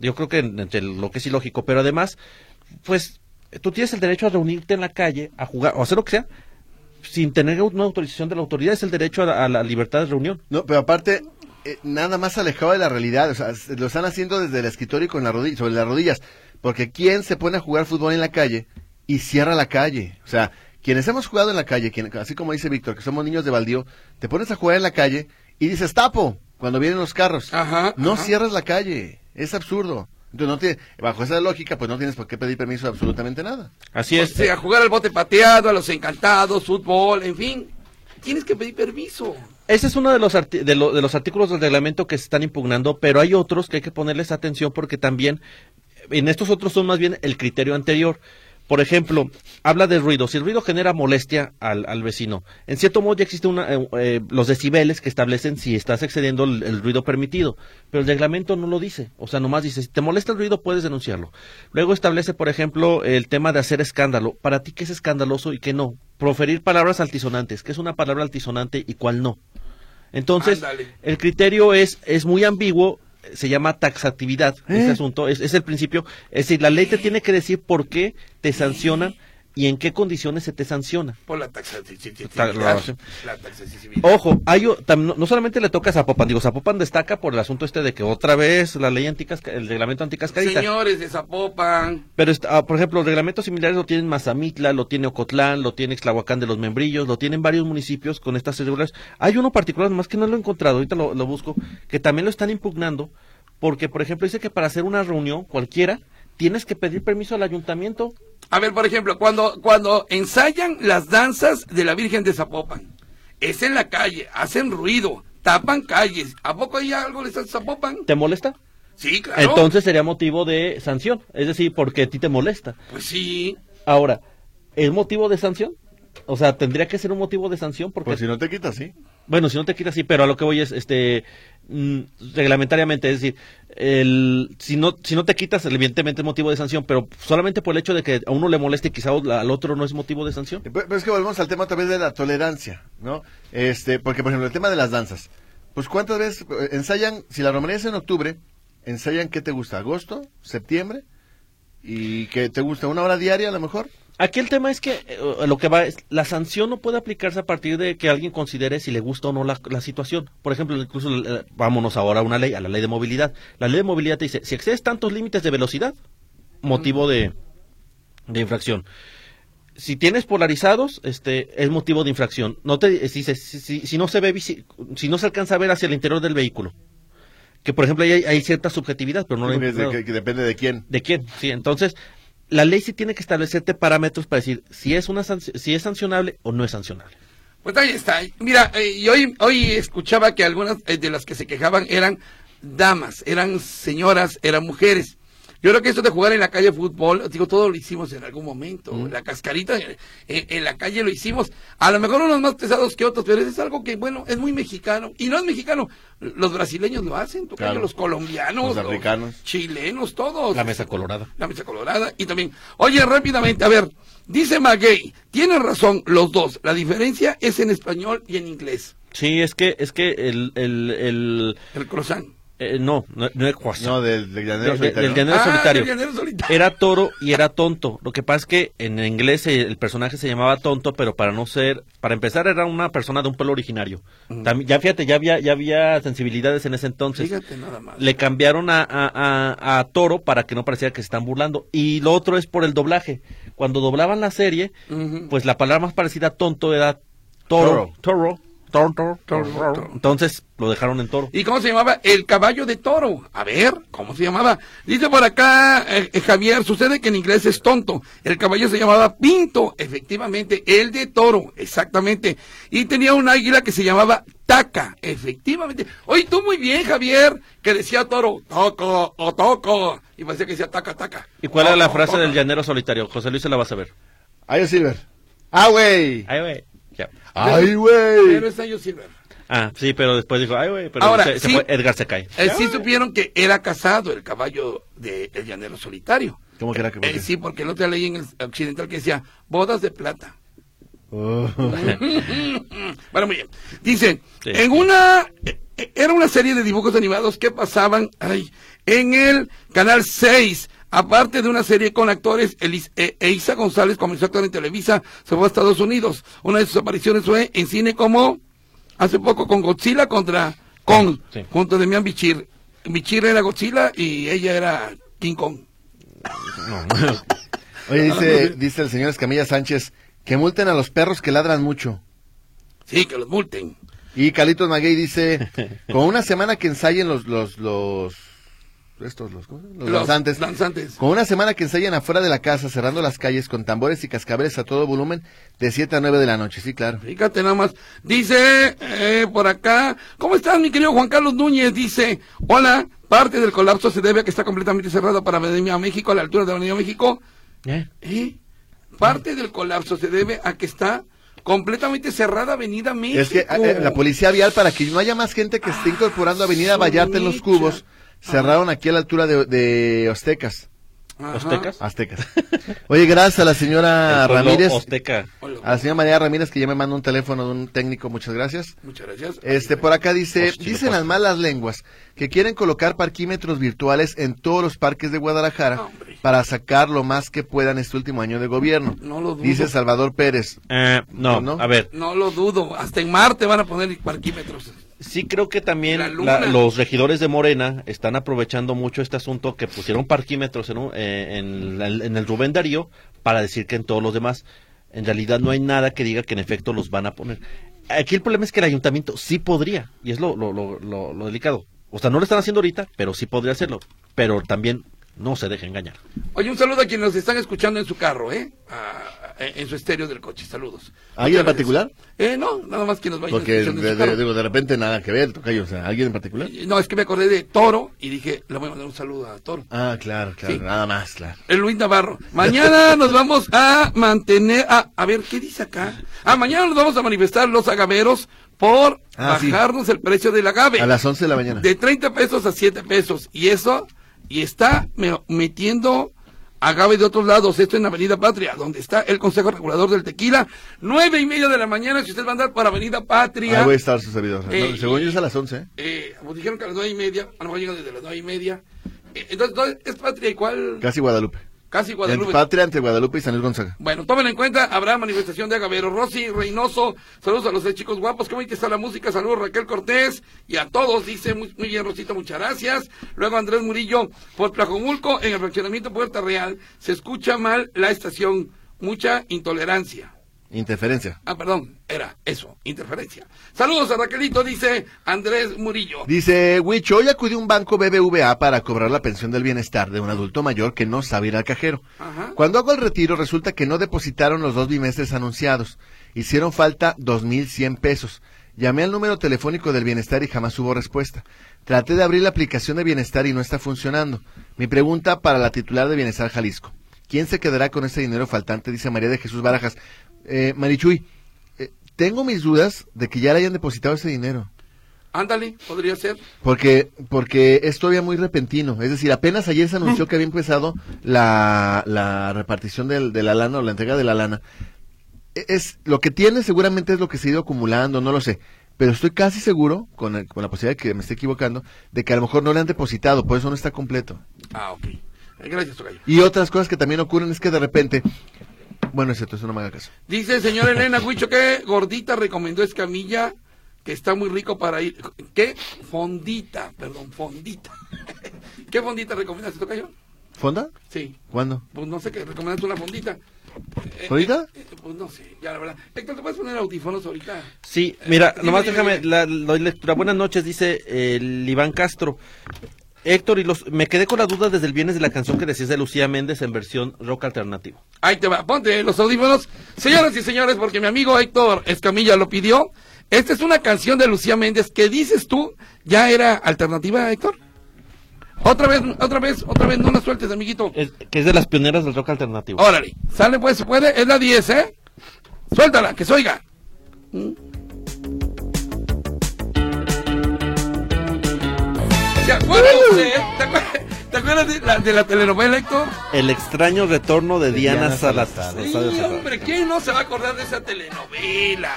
[SPEAKER 4] yo creo que en- entre lo que es ilógico, pero además, pues tú tienes el derecho a reunirte en la calle, a jugar o hacer lo que sea. Sin tener una autorización de la autoridad, es el derecho a la- a la libertad de reunión.
[SPEAKER 2] No, pero aparte, eh, nada más alejado de la realidad. O sea, s- lo están haciendo desde el escritorio y con la rodilla, sobre las rodillas. Porque ¿quién se pone a jugar fútbol en la calle y cierra la calle? O sea, quienes hemos jugado en la calle, quien- así como dice Víctor, que somos niños de baldío, te pones a jugar en la calle y dices tapo cuando vienen los carros.
[SPEAKER 3] Ajá,
[SPEAKER 2] no
[SPEAKER 3] ajá.
[SPEAKER 2] cierras la calle. Es absurdo. Entonces, no tiene- bajo esa lógica, pues no tienes por qué pedir permiso de absolutamente nada.
[SPEAKER 4] Así
[SPEAKER 3] O
[SPEAKER 4] es.
[SPEAKER 3] sea, a jugar al bote pateado, a los encantados, fútbol, en fin. Tienes que pedir permiso.
[SPEAKER 4] Ese es uno de los, arti- de, lo- de los artículos del reglamento que se están impugnando, pero hay otros que hay que ponerles atención porque también en estos otros son más bien el criterio anterior. Por ejemplo, habla de ruido. Si el ruido genera molestia al, al vecino, en cierto modo ya existen una, eh, eh, los decibeles que establecen si estás excediendo el, el ruido permitido, pero el reglamento no lo dice. O sea, nomás dice, si te molesta el ruido puedes denunciarlo. Luego establece, por ejemplo, el tema de hacer escándalo. Para ti, ¿qué es escandaloso y qué no? Proferir palabras altisonantes. ¿Qué es una palabra altisonante y cuál no? Entonces,
[SPEAKER 3] Ándale.
[SPEAKER 4] el criterio es, es muy ambiguo, se llama taxatividad, este asunto, es, es el principio. Es decir, la ley te tiene que decir por qué te sancionan y en qué condiciones se te sanciona.
[SPEAKER 3] Por la taxatividad.
[SPEAKER 4] Ta-
[SPEAKER 3] La
[SPEAKER 4] la- Oh,
[SPEAKER 3] taxatividad.
[SPEAKER 4] Ojo, hay o- tam- no- no solamente le toca a Zapopan, digo, Zapopan destaca por el asunto este de que otra vez la ley anticasca, el reglamento anticascarita.
[SPEAKER 3] Señores de Zapopan,
[SPEAKER 4] Pero, está- ah, por ejemplo, reglamentos similares lo tienen Mazamitla, lo tiene Ocotlán, lo tiene Exlahuacán de los Membrillos, lo tienen varios municipios con estas irregulares. Hay uno particular, más que no lo he encontrado, ahorita lo, lo busco, que también lo están impugnando, porque, por ejemplo, dice que para hacer una reunión cualquiera tienes que pedir permiso al ayuntamiento.
[SPEAKER 3] A ver, por ejemplo, cuando, cuando ensayan las danzas de la Virgen de Zapopan, es en la calle, hacen ruido, tapan calles. ¿A poco hay algo de esas Zapopan?
[SPEAKER 4] ¿Te molesta?
[SPEAKER 3] Sí, claro.
[SPEAKER 4] Entonces sería motivo de sanción, es decir, porque a ti te molesta.
[SPEAKER 3] Pues sí.
[SPEAKER 4] Ahora, ¿es motivo de sanción? O sea, tendría que ser un motivo de sanción porque
[SPEAKER 2] Pues si no te quitas, sí.
[SPEAKER 4] Bueno, si no te quitas, sí, pero a lo que voy es, este, mm, reglamentariamente, es decir, el, si no, si no te quitas, evidentemente es motivo de sanción, pero solamente por el hecho de que a uno le moleste, quizá al otro no es motivo de sanción.
[SPEAKER 2] Pero pero es que volvemos al tema otra vez de la tolerancia, ¿no? Este, porque, por ejemplo, el tema de las danzas. Pues, ¿cuántas veces eh, ensayan? Si la romería es en octubre, ¿ensayan qué te gusta? ¿Agosto? ¿Septiembre? ¿Y qué te gusta? ¿Una hora diaria a lo mejor?
[SPEAKER 4] Aquí el tema es que eh, lo que va es, la sanción no puede aplicarse a partir de que alguien considere si le gusta o no la, la situación. Por ejemplo, incluso, eh, vámonos ahora a una ley, a la ley de movilidad. La ley de movilidad te dice, si excedes tantos límites de velocidad, motivo de, de infracción. Si tienes polarizados, este, es motivo de infracción. No te, eh, si, se- si, si- si no se ve, visi- si no se alcanza a ver hacia el interior del vehículo. Que, por ejemplo, ahí hay, hay cierta subjetividad, pero no... lo he
[SPEAKER 2] Porque es de-
[SPEAKER 4] encontrado.
[SPEAKER 2] que- que depende de quién.
[SPEAKER 4] ¿De quién? Sí, entonces la ley sí tiene que establecerte parámetros para decir si es una sanc- si es sancionable o no es sancionable.
[SPEAKER 3] Pues ahí está. Mira, eh, y hoy, hoy escuchaba que algunas eh, de las que se quejaban eran damas, eran señoras, eran mujeres. Yo creo que esto de jugar en la calle fútbol, digo, todo lo hicimos en algún momento.
[SPEAKER 2] Mm.
[SPEAKER 3] La cascarita eh, eh, en, la calle lo hicimos. A lo mejor unos más pesados que otros, pero es algo que, bueno, es muy mexicano. Y no es mexicano. Los brasileños lo hacen, tocayo,
[SPEAKER 2] Claro.
[SPEAKER 3] los colombianos,
[SPEAKER 2] Los africanos.
[SPEAKER 3] chilenos, todos.
[SPEAKER 4] La mesa colorada.
[SPEAKER 3] La mesa colorada y también. Oye, rápidamente, a ver, dice Maguey, tienen razón los dos, la diferencia es en español y en inglés,
[SPEAKER 4] Sí, es que es que el el, el
[SPEAKER 3] el croissant.
[SPEAKER 4] eh, no no, no es cuasi.
[SPEAKER 2] No, del, del llanero
[SPEAKER 4] De- de-
[SPEAKER 2] solitario.
[SPEAKER 4] Pues, del llanero
[SPEAKER 3] Ah,
[SPEAKER 4] solitario.
[SPEAKER 3] del llanero solitario.
[SPEAKER 4] Era toro y era tonto. Lo que pasa es que en inglés eh, el personaje se llamaba tonto, pero para no ser, para empezar era una persona de un pueblo originario. También- ya fíjate, ya había, ya había sensibilidades en ese entonces.
[SPEAKER 3] Fíjate nada más.
[SPEAKER 4] le cambiaron a, a- a- a Toro para que no pareciera que se están burlando. Y lo otro es por el doblaje. Cuando doblaban la serie,
[SPEAKER 3] Ujú.
[SPEAKER 4] pues la palabra más parecida a tonto era Toro. Toro. Toro. toro,
[SPEAKER 3] Toro,
[SPEAKER 4] toro.
[SPEAKER 3] toro.
[SPEAKER 4] Entonces lo dejaron en Toro.
[SPEAKER 3] ¿Y cómo se llamaba? El caballo de toro. A ver, ¿cómo se llamaba? Dice por acá eh, eh, Javier, sucede que en inglés es tonto. El caballo se llamaba Pinto, efectivamente, el de toro, exactamente. Y tenía un águila que se llamaba Taca, efectivamente. Oye, tú muy bien, Javier, que decía toro, toco o toco. Y parecía que decía taca, taca.
[SPEAKER 4] ¿Y cuál era la
[SPEAKER 3] Toco,
[SPEAKER 4] frase
[SPEAKER 3] toca.
[SPEAKER 4] del llanero solitario? José Luis se la va a saber.
[SPEAKER 2] Ay, Silver. ¡Ah, güey!
[SPEAKER 4] Ay, güey. Ya.
[SPEAKER 2] ¡Ay, güey!
[SPEAKER 3] Pero es año Silver.
[SPEAKER 4] Ah, sí, pero después dijo, ay, güey, pero
[SPEAKER 3] Ahora,
[SPEAKER 4] se- se
[SPEAKER 3] sí.
[SPEAKER 4] fue- Edgar se cae.
[SPEAKER 3] Eh, sí supieron que era casado el caballo de El Llanero Solitario.
[SPEAKER 2] ¿Cómo que era que-
[SPEAKER 3] Eh, sí, porque no te leí en el occidental que decía bodas de plata.
[SPEAKER 2] Oh.
[SPEAKER 3] bueno, muy bien. Dice,
[SPEAKER 4] Sí.
[SPEAKER 3] en una eh, eh, era una serie de dibujos animados que pasaban ay, en el canal 6. Aparte de una serie con actores, Elis- eh, Eiza González comenzó a actuar en Televisa, se fue a Estados Unidos. Una de sus apariciones fue en cine como hace poco con Godzilla contra Kong,
[SPEAKER 4] Sí.
[SPEAKER 3] junto a Demian Bichir. Bichir era Godzilla y ella era King Kong.
[SPEAKER 2] Oye, dice, dice el señor Escamilla Sánchez que multen a los perros que ladran mucho.
[SPEAKER 3] Sí, que los multen.
[SPEAKER 2] Y Carlitos Maguey dice, con una semana que ensayen los, los, los, estos, los, ¿cómo se llama? Los
[SPEAKER 3] Los
[SPEAKER 2] danzantes.
[SPEAKER 3] danzantes.
[SPEAKER 2] Con una semana que ensayen afuera de la casa, cerrando las calles con tambores y cascabeles a todo volumen, de 7 a 9 de la noche. Sí, claro.
[SPEAKER 3] Fíjate nada más. Dice eh, por acá, ¿cómo estás mi querido Juan Carlos Núñez? Dice, hola, parte del colapso se debe a que está completamente cerrada para venir a México, a la altura de Avenida México.
[SPEAKER 4] ¿Eh?
[SPEAKER 3] ¿Eh? Parte del colapso se debe a que está completamente cerrada Avenida México.
[SPEAKER 2] Es que eh, eh, la policía vial, para que no haya más gente que esté incorporando Avenida Vallarta en los
[SPEAKER 3] mecha.
[SPEAKER 2] cubos, cerraron aquí a la altura de, de Aztecas.
[SPEAKER 3] Ajá.
[SPEAKER 4] Aztecas.
[SPEAKER 2] Aztecas. Oye, gracias a la señora
[SPEAKER 4] El pueblo
[SPEAKER 2] Ah, Ramírez.
[SPEAKER 4] Azteca.
[SPEAKER 3] Hola.
[SPEAKER 2] A la señora María Ramírez que ya me mandó un teléfono de un técnico, muchas gracias.
[SPEAKER 3] Muchas gracias.
[SPEAKER 2] Este, por acá dice,
[SPEAKER 4] Hostia,
[SPEAKER 2] dicen
[SPEAKER 4] pasa.
[SPEAKER 2] las malas lenguas que quieren colocar parquímetros virtuales en todos los parques de Guadalajara
[SPEAKER 3] Hombre.
[SPEAKER 2] para sacar lo más que puedan este último año de gobierno.
[SPEAKER 3] No lo dudo.
[SPEAKER 2] Dice Salvador Pérez.
[SPEAKER 4] Eh, no,
[SPEAKER 2] ¿No?
[SPEAKER 4] a ver,
[SPEAKER 3] No lo dudo. Hasta en Marte van a poner parquímetros.
[SPEAKER 4] sí creo que también
[SPEAKER 3] La luna.
[SPEAKER 4] la- los regidores de Morena están aprovechando mucho este asunto que pusieron parquímetros en, un- eh, en la- en el Rubén Darío para decir que en todos los demás. En realidad no hay nada que diga que en efecto los van a poner. Aquí el problema es que el ayuntamiento sí podría, y es lo, lo, lo- lo- lo delicado. O sea, no lo están haciendo ahorita, pero sí podría hacerlo. Pero también no se deje engañar.
[SPEAKER 3] Oye, un saludo a quienes nos están escuchando en su carro, ¿eh? A- a- en su estéreo del coche. Saludos.
[SPEAKER 2] ¿Alguien en
[SPEAKER 3] Muchas
[SPEAKER 2] particular?
[SPEAKER 3] gracias. Eh, no, nada más que nos vayan
[SPEAKER 2] Porque
[SPEAKER 3] escuchando en
[SPEAKER 2] de,
[SPEAKER 3] su carro.
[SPEAKER 2] de- digo, de repente nada que ver, tocayo, o sea, ¿alguien en particular?
[SPEAKER 3] Eh, No, es que me acordé de Toro y dije, le voy a mandar un saludo a Toro.
[SPEAKER 2] Ah, claro, claro,
[SPEAKER 3] Sí.
[SPEAKER 2] nada más, claro.
[SPEAKER 3] El Luis Navarro. Mañana nos vamos a mantener. A, a ver, ¿qué dice acá? Ah, mañana nos vamos a manifestar los agaveros por
[SPEAKER 2] Ah, sí.
[SPEAKER 3] bajarnos el precio del agave.
[SPEAKER 2] A las 11 de la mañana.
[SPEAKER 3] De 30 pesos a 7 pesos. Y eso, y está me- metiendo agave de otros lados. Esto en Avenida Patria, donde está el Consejo Regulador del Tequila. Nueve y media de la mañana, si usted va a andar para Avenida Patria.
[SPEAKER 2] Ahí voy a estar su servidor. No,
[SPEAKER 3] Eh,
[SPEAKER 2] según yo es a las 11. ¿eh?
[SPEAKER 3] eh, pues dijeron que a las nueve y media, a lo mejor llegan desde las nueve y media. Eh, Entonces, ¿dónde es patria y cuál?
[SPEAKER 2] Casi Guadalupe.
[SPEAKER 3] Casi
[SPEAKER 2] Entre
[SPEAKER 3] Guadalupe.
[SPEAKER 2] Patria, entre Guadalupe y San Luis Gonzaga.
[SPEAKER 3] Bueno, tomen en cuenta, habrá manifestación de Agavero Rossi, Reynoso, saludos a los tres chicos guapos, qué bonita está la música, saludos Raquel Cortés y a todos, dice muy, muy bien Rosita, muchas gracias. Luego Andrés Murillo, por Tlajomulco, en el fraccionamiento Puerta Real, se escucha mal la estación, mucha intolerancia.
[SPEAKER 2] Interferencia.
[SPEAKER 3] Ah, perdón, era eso, interferencia. Saludos a Raquelito, dice Andrés Murillo.
[SPEAKER 2] Dice Huicho, hoy acudió un banco BBVA para cobrar la pensión del bienestar de un adulto mayor que no sabe ir al cajero.
[SPEAKER 3] Ajá.
[SPEAKER 2] Cuando hago el retiro resulta que no depositaron los dos bimestres anunciados. Hicieron falta 2.100 pesos. Llamé al número telefónico del bienestar y jamás hubo respuesta. Traté de abrir la aplicación de bienestar y no está funcionando. Mi pregunta para la titular de Bienestar Jalisco. ¿Quién se quedará con ese dinero faltante? Dice María de Jesús Barajas. Eh, Marichuy, eh, tengo mis dudas de que ya le hayan depositado ese dinero.
[SPEAKER 3] Ándale, podría ser.
[SPEAKER 2] Porque, porque es todavía muy repentino. Es decir, apenas ayer se anunció que había empezado la, la repartición del- de la lana o la entrega de la lana. E- Es, lo que tiene seguramente es lo que se ha ido acumulando, no lo sé. Pero estoy casi seguro, con, el- con la posibilidad de que me esté equivocando, de que a lo mejor no le han depositado, por eso no está completo.
[SPEAKER 3] Ah, ok. Eh, Gracias, Tocayo.
[SPEAKER 2] Y otras cosas que también ocurren es que de repente... Bueno, excepto, eso no me haga caso.
[SPEAKER 3] Dice señora Elena Huicho que gordita recomendó escamilla, que está muy rico para ir. ¿Qué? Fondita, perdón, fondita. ¿Qué fondita recomendaste, Tocayo?
[SPEAKER 2] ¿Fonda?
[SPEAKER 3] Sí.
[SPEAKER 2] ¿Cuándo?
[SPEAKER 3] Pues no sé qué, recomendaste una fondita. Eh,
[SPEAKER 2] ¿Fondita?
[SPEAKER 3] eh, eh, pues no sé, ya la verdad. Héctor, ¿te puedes poner audífonos ahorita?
[SPEAKER 4] Sí, mira,
[SPEAKER 3] dime,
[SPEAKER 4] nomás
[SPEAKER 3] dime,
[SPEAKER 4] déjame,
[SPEAKER 3] dime.
[SPEAKER 4] la, doy lectura. Buenas noches, dice eh, el Iván Castro. Héctor, y los, me quedé con la duda desde el viernes de la canción que decías de Lucía Méndez en versión rock alternativo.
[SPEAKER 3] Ahí te va, ponte los audífonos. Señoras y señores, porque mi amigo Héctor Escamilla lo pidió. Esta es una canción de Lucía Méndez que dices tú ya era alternativa, Héctor. Otra vez, otra vez, otra vez, no la sueltes, amiguito.
[SPEAKER 4] Es- que es de las pioneras del rock alternativo.
[SPEAKER 3] Órale, sale pues, se puede, es la 10, ¿eh? Suéltala, que se oiga. ¿Mm? ¿Te acuerdas de, ¿eh? te acuer- te acuerdas de la, de la telenovela, Héctor?
[SPEAKER 4] El extraño retorno de, Diana,
[SPEAKER 2] Diana
[SPEAKER 4] Salazar.
[SPEAKER 3] Sí,
[SPEAKER 4] Salazar.
[SPEAKER 3] hombre, ¿quién no se va a acordar de esa telenovela?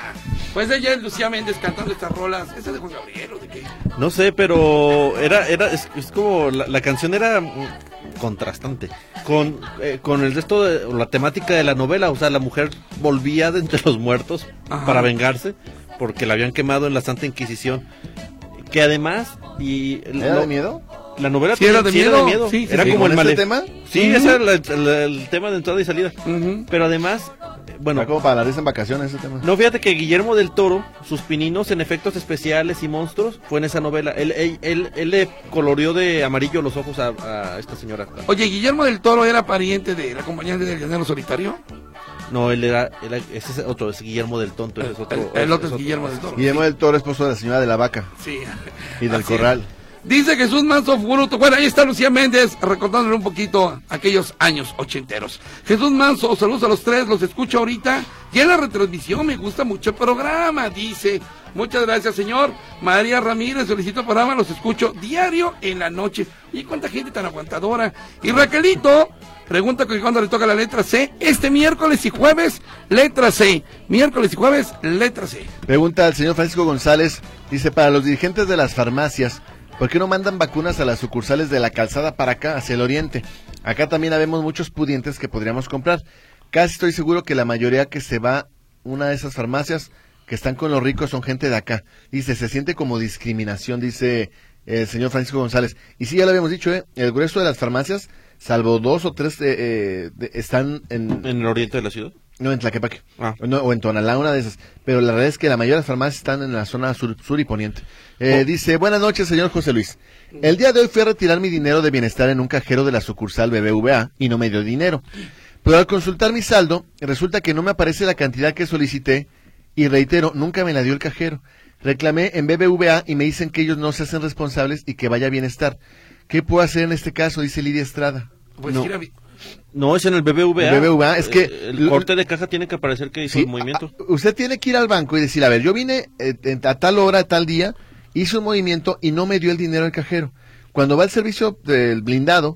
[SPEAKER 3] Pues ella es Lucía Méndez cantando estas rolas. ¿Esa es de Juan Gabriel o de qué?
[SPEAKER 4] No sé, pero era, era, es, es como la, la canción era mm, contrastante con, eh, con el resto de o la temática de la novela, o sea, la mujer volvía de entre los muertos
[SPEAKER 3] Ajá.
[SPEAKER 4] para vengarse porque la habían quemado en la Santa Inquisición, que además y
[SPEAKER 2] ¿Era
[SPEAKER 4] no,
[SPEAKER 2] de miedo?
[SPEAKER 4] la novela
[SPEAKER 3] Sí, era de
[SPEAKER 4] tenía-
[SPEAKER 3] miedo. Sí, sí,
[SPEAKER 4] era
[SPEAKER 3] sí.
[SPEAKER 4] como
[SPEAKER 2] ¿Con
[SPEAKER 4] el
[SPEAKER 2] ese
[SPEAKER 4] male-
[SPEAKER 2] tema?
[SPEAKER 4] Sí,
[SPEAKER 3] Ujú.
[SPEAKER 4] ese era la- la- el tema de entrada y salida.
[SPEAKER 3] Ujú.
[SPEAKER 4] Pero además, eh, bueno,
[SPEAKER 2] Era como para la risa en vacaciones ese tema.
[SPEAKER 4] no, fíjate que Guillermo del Toro, sus pininos en efectos especiales y monstruos, fue en esa novela. Él, él, él- él le coloreó de amarillo los ojos a, a esta señora.
[SPEAKER 3] Oye, Guillermo del Toro era pariente de la compañía del Llanero Solitario.
[SPEAKER 4] No, él era, era- ese es otro, es Guillermo del Tonto. ese es otro,
[SPEAKER 3] el, el otro es,
[SPEAKER 4] otro.
[SPEAKER 3] Guillermo del Toro.
[SPEAKER 2] Guillermo del Toro, esposo de la señora de la vaca.
[SPEAKER 3] Sí.
[SPEAKER 2] Y del
[SPEAKER 3] Así
[SPEAKER 2] corral.
[SPEAKER 3] es. Dice Jesús Manso Furuto. Bueno, ahí está Lucía Méndez recordándole un poquito aquellos años ochenteros. Jesús Manso, saludos a los tres, los escucho ahorita. Y en la retransmisión me gusta mucho el programa, dice. Muchas gracias, señor. María Ramírez, solicito programa, los escucho diario en la noche. Y cuánta gente tan aguantadora. Y Raquelito, pregunta que cuando le toca la letra C, este miércoles y jueves, letra C. Miércoles y jueves, letra C.
[SPEAKER 2] Pregunta al señor Francisco González, dice, para los dirigentes de las farmacias, ¿por qué no mandan vacunas a las sucursales de la calzada para acá, hacia el oriente? Acá también habemos muchos pudientes que podríamos comprar. Casi estoy seguro que la mayoría que se va a una de esas farmacias que están con los ricos son gente de acá. Dice, se siente como discriminación, dice eh, el señor Francisco González. Y sí, ya lo habíamos dicho, ¿eh? el grueso de las farmacias, salvo dos o tres, eh, eh, de- están
[SPEAKER 4] ¿En el oriente de la ciudad?
[SPEAKER 2] no, en Tlaquepaque.
[SPEAKER 4] Ah.
[SPEAKER 2] No, o en Tonalá, una de esas. Pero la realidad es que la mayoría de las farmacias están en la zona sur, sur y poniente. Eh,
[SPEAKER 4] Oh.
[SPEAKER 2] Dice, buenas noches, señor José Luis. El día de hoy fui a retirar mi dinero de bienestar en un cajero de la sucursal BBVA y no me dio dinero. Pero al consultar mi saldo, resulta que no me aparece la cantidad que solicité y reitero, nunca me la dio el cajero. Reclamé en BBVA y me dicen que ellos no se hacen responsables y que vaya bienestar. ¿Qué puedo hacer en este caso? Dice Lidia Estrada.
[SPEAKER 3] Pues
[SPEAKER 2] No.
[SPEAKER 3] ir a vi-
[SPEAKER 4] No, es en el BBVA.
[SPEAKER 2] El BBVA, es que-
[SPEAKER 4] Eh, El corte de caja tiene que aparecer que hizo
[SPEAKER 2] Sí, Ah,
[SPEAKER 4] el movimiento.
[SPEAKER 2] a- a- usted tiene que ir al banco y decir, a ver, yo vine eh, en- a tal hora, a tal día, hice un movimiento y no me dio el dinero al cajero. Cuando va al servicio del blindado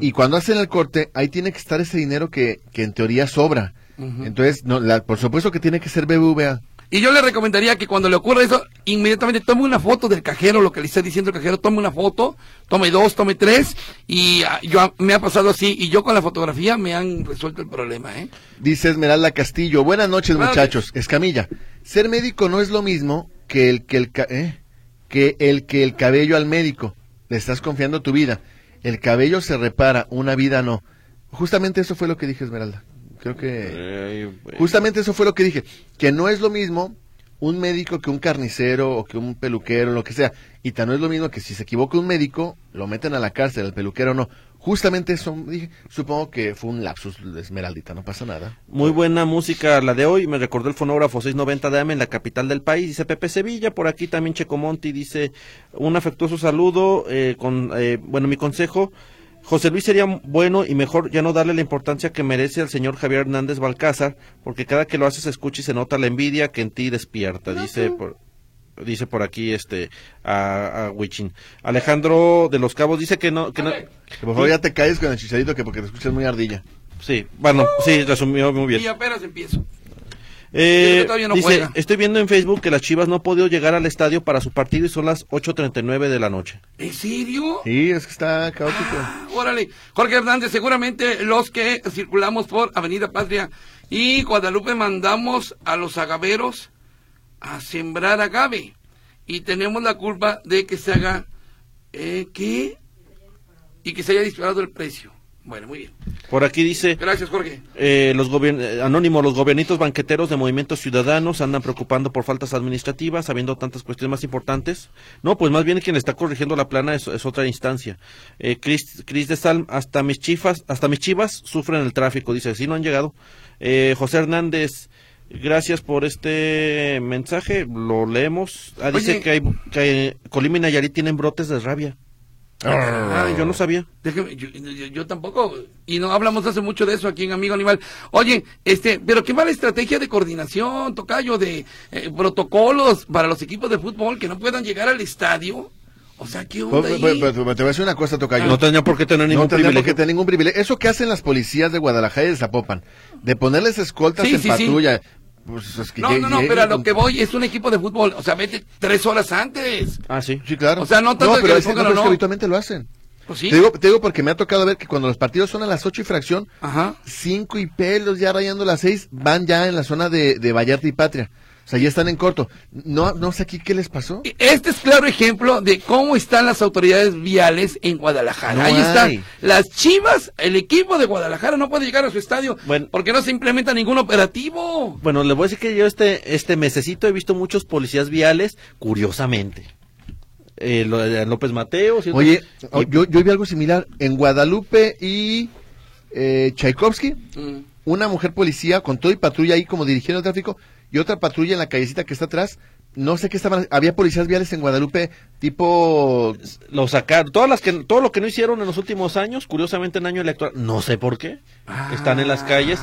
[SPEAKER 2] y cuando hacen el corte, ahí tiene que estar ese dinero que, que en teoría sobra. Entonces, no, la- por supuesto que tiene que ser BBVA.
[SPEAKER 3] Y yo le recomendaría que cuando le ocurra eso, inmediatamente tome una foto del cajero, lo que le está diciendo el cajero, tome una foto, tome dos, tome tres, y ah, yo ah, me ha pasado así, y yo con la fotografía me han resuelto el problema, ¿eh?
[SPEAKER 2] Dice Esmeralda Castillo, buenas noches
[SPEAKER 3] Buenas
[SPEAKER 2] muchachos. Escamilla, ser médico no es lo mismo que el que el, ca- ¿eh? que el que el cabello al médico. Le estás confiando tu vida. El cabello se repara, una vida no. Justamente eso fue lo que dije Esmeralda. Creo que
[SPEAKER 4] Eh, eh,
[SPEAKER 2] justamente eso fue lo que dije, que no es lo mismo un médico que un carnicero o que un peluquero, lo que sea. Y tan no es lo mismo que si se equivoca un médico, lo meten a la cárcel, el peluquero no. Justamente eso dije, supongo que fue un lapsus de Esmeraldita, no pasa nada.
[SPEAKER 4] Muy buena música la de hoy, me recordó el fonógrafo 690 de AM en la capital del país, dice Pepe Sevilla, por aquí también Checo Monti dice un afectuoso saludo, eh, con eh, bueno, mi consejo, José Luis sería bueno y mejor ya no darle la importancia que merece al señor Javier Hernández Balcázar, porque cada que lo haces escucha y se nota la envidia que en ti despierta, dice por, dice por aquí este a, a Wichin. Alejandro de los Cabos dice que no, que no
[SPEAKER 2] Que por favor ya te calles con el chicharito que porque te escuchas muy ardilla.
[SPEAKER 4] sí, bueno, sí, resumió muy bien.
[SPEAKER 3] Y apenas empiezo.
[SPEAKER 4] Eh,
[SPEAKER 3] Yo creo que todavía no
[SPEAKER 4] dice,
[SPEAKER 3] juega.
[SPEAKER 4] estoy viendo en Facebook que las Chivas no han podido llegar al estadio para su partido y son las 8.39 de la noche.
[SPEAKER 3] ¿En serio?
[SPEAKER 2] Sí, es que está caótico.
[SPEAKER 3] Órale, Jorge Hernández, seguramente los que circulamos por Avenida Patria y Guadalupe mandamos a los agaveros a sembrar agave y tenemos la culpa de que se haga eh, ¿qué? y que se haya disparado el precio. Bueno, muy bien.
[SPEAKER 4] Por aquí dice,
[SPEAKER 3] Gracias, Jorge.
[SPEAKER 4] eh, los gobier- eh, anónimo, los gobiernitos banqueteros de movimientos ciudadanos andan preocupando por faltas administrativas, habiendo tantas cuestiones más importantes. No, pues más bien quien le está corrigiendo la plana es, es otra instancia. Eh, Cris, Cris de Salm, hasta mis chifas, hasta mis chivas sufren el tráfico, dice, si no han llegado. Eh, José Hernández, gracias por este mensaje, lo leemos. Ah, dice
[SPEAKER 3] Oye.
[SPEAKER 4] que, hay, que Colima y Nayarit tienen brotes de rabia. Ah, yo no sabía.
[SPEAKER 3] Déjeme, yo, yo- yo tampoco, y no hablamos hace mucho de eso aquí en Amigo Animal. Oye, este, pero qué mala estrategia de coordinación, tocayo, de eh, protocolos para los equipos de fútbol que no puedan llegar al estadio. O sea, ¿qué
[SPEAKER 2] Pero-
[SPEAKER 3] onda
[SPEAKER 2] pero-
[SPEAKER 3] ahí?
[SPEAKER 2] pero- pero pues, te voy a decir una cosa, Tocayo.
[SPEAKER 4] No tenía por qué tener
[SPEAKER 2] No
[SPEAKER 4] ningún
[SPEAKER 2] tendría por
[SPEAKER 4] privilegio.
[SPEAKER 2] qué tener ningún privilegio. Eso que hacen las policías de Guadalajara y de Zapopan, de ponerles escoltas
[SPEAKER 3] Sí,
[SPEAKER 2] en
[SPEAKER 3] sí, sí.
[SPEAKER 2] patrulla. pues, es que
[SPEAKER 3] No,
[SPEAKER 2] llegue-
[SPEAKER 3] no, no,
[SPEAKER 2] llegue
[SPEAKER 3] pero a lo
[SPEAKER 2] con-
[SPEAKER 3] que voy es un equipo de fútbol. O sea, vete tres horas antes.
[SPEAKER 4] Ah, sí.
[SPEAKER 2] Sí, claro.
[SPEAKER 3] O sea, no tanto de que
[SPEAKER 2] pero
[SPEAKER 3] le
[SPEAKER 2] es que,
[SPEAKER 3] pongan
[SPEAKER 2] no,
[SPEAKER 3] o
[SPEAKER 2] es que
[SPEAKER 3] no.
[SPEAKER 2] habitualmente lo hacen.
[SPEAKER 3] Pues sí.
[SPEAKER 2] Te, digo, te digo porque me ha tocado ver que cuando los partidos son a las ocho y fracción,
[SPEAKER 3] Ajá.
[SPEAKER 2] cinco y pelos, ya rayando las seis, van ya en la zona de, de Vallarta y Patria. O sea, ya están en corto. No, no sé aquí qué les pasó.
[SPEAKER 3] Este es claro ejemplo de cómo están las autoridades viales en Guadalajara.
[SPEAKER 4] No
[SPEAKER 3] Ahí
[SPEAKER 4] hay.
[SPEAKER 3] están las chivas, el equipo de Guadalajara no puede llegar a su estadio
[SPEAKER 4] Bueno.
[SPEAKER 3] porque no se implementa ningún operativo.
[SPEAKER 4] Bueno, les voy a decir que yo este, este mesecito he visto muchos policías viales, curiosamente. Eh, lo de López Mateo, ¿cierto?
[SPEAKER 2] Oye,
[SPEAKER 4] Y-
[SPEAKER 2] o- yo, yo vi algo similar en Guadalupe y eh, Tchaikovsky.
[SPEAKER 3] Mm.
[SPEAKER 2] Una mujer policía con todo y patrulla ahí como dirigiendo el tráfico y otra patrulla en la callecita que está atrás. No sé qué estaban. Había policías viales en Guadalupe, tipo.
[SPEAKER 4] lo sacaron. Todas las que, todo lo que no hicieron en los últimos años, curiosamente en año electoral, no sé por qué.
[SPEAKER 3] Ah.
[SPEAKER 4] Están en las calles,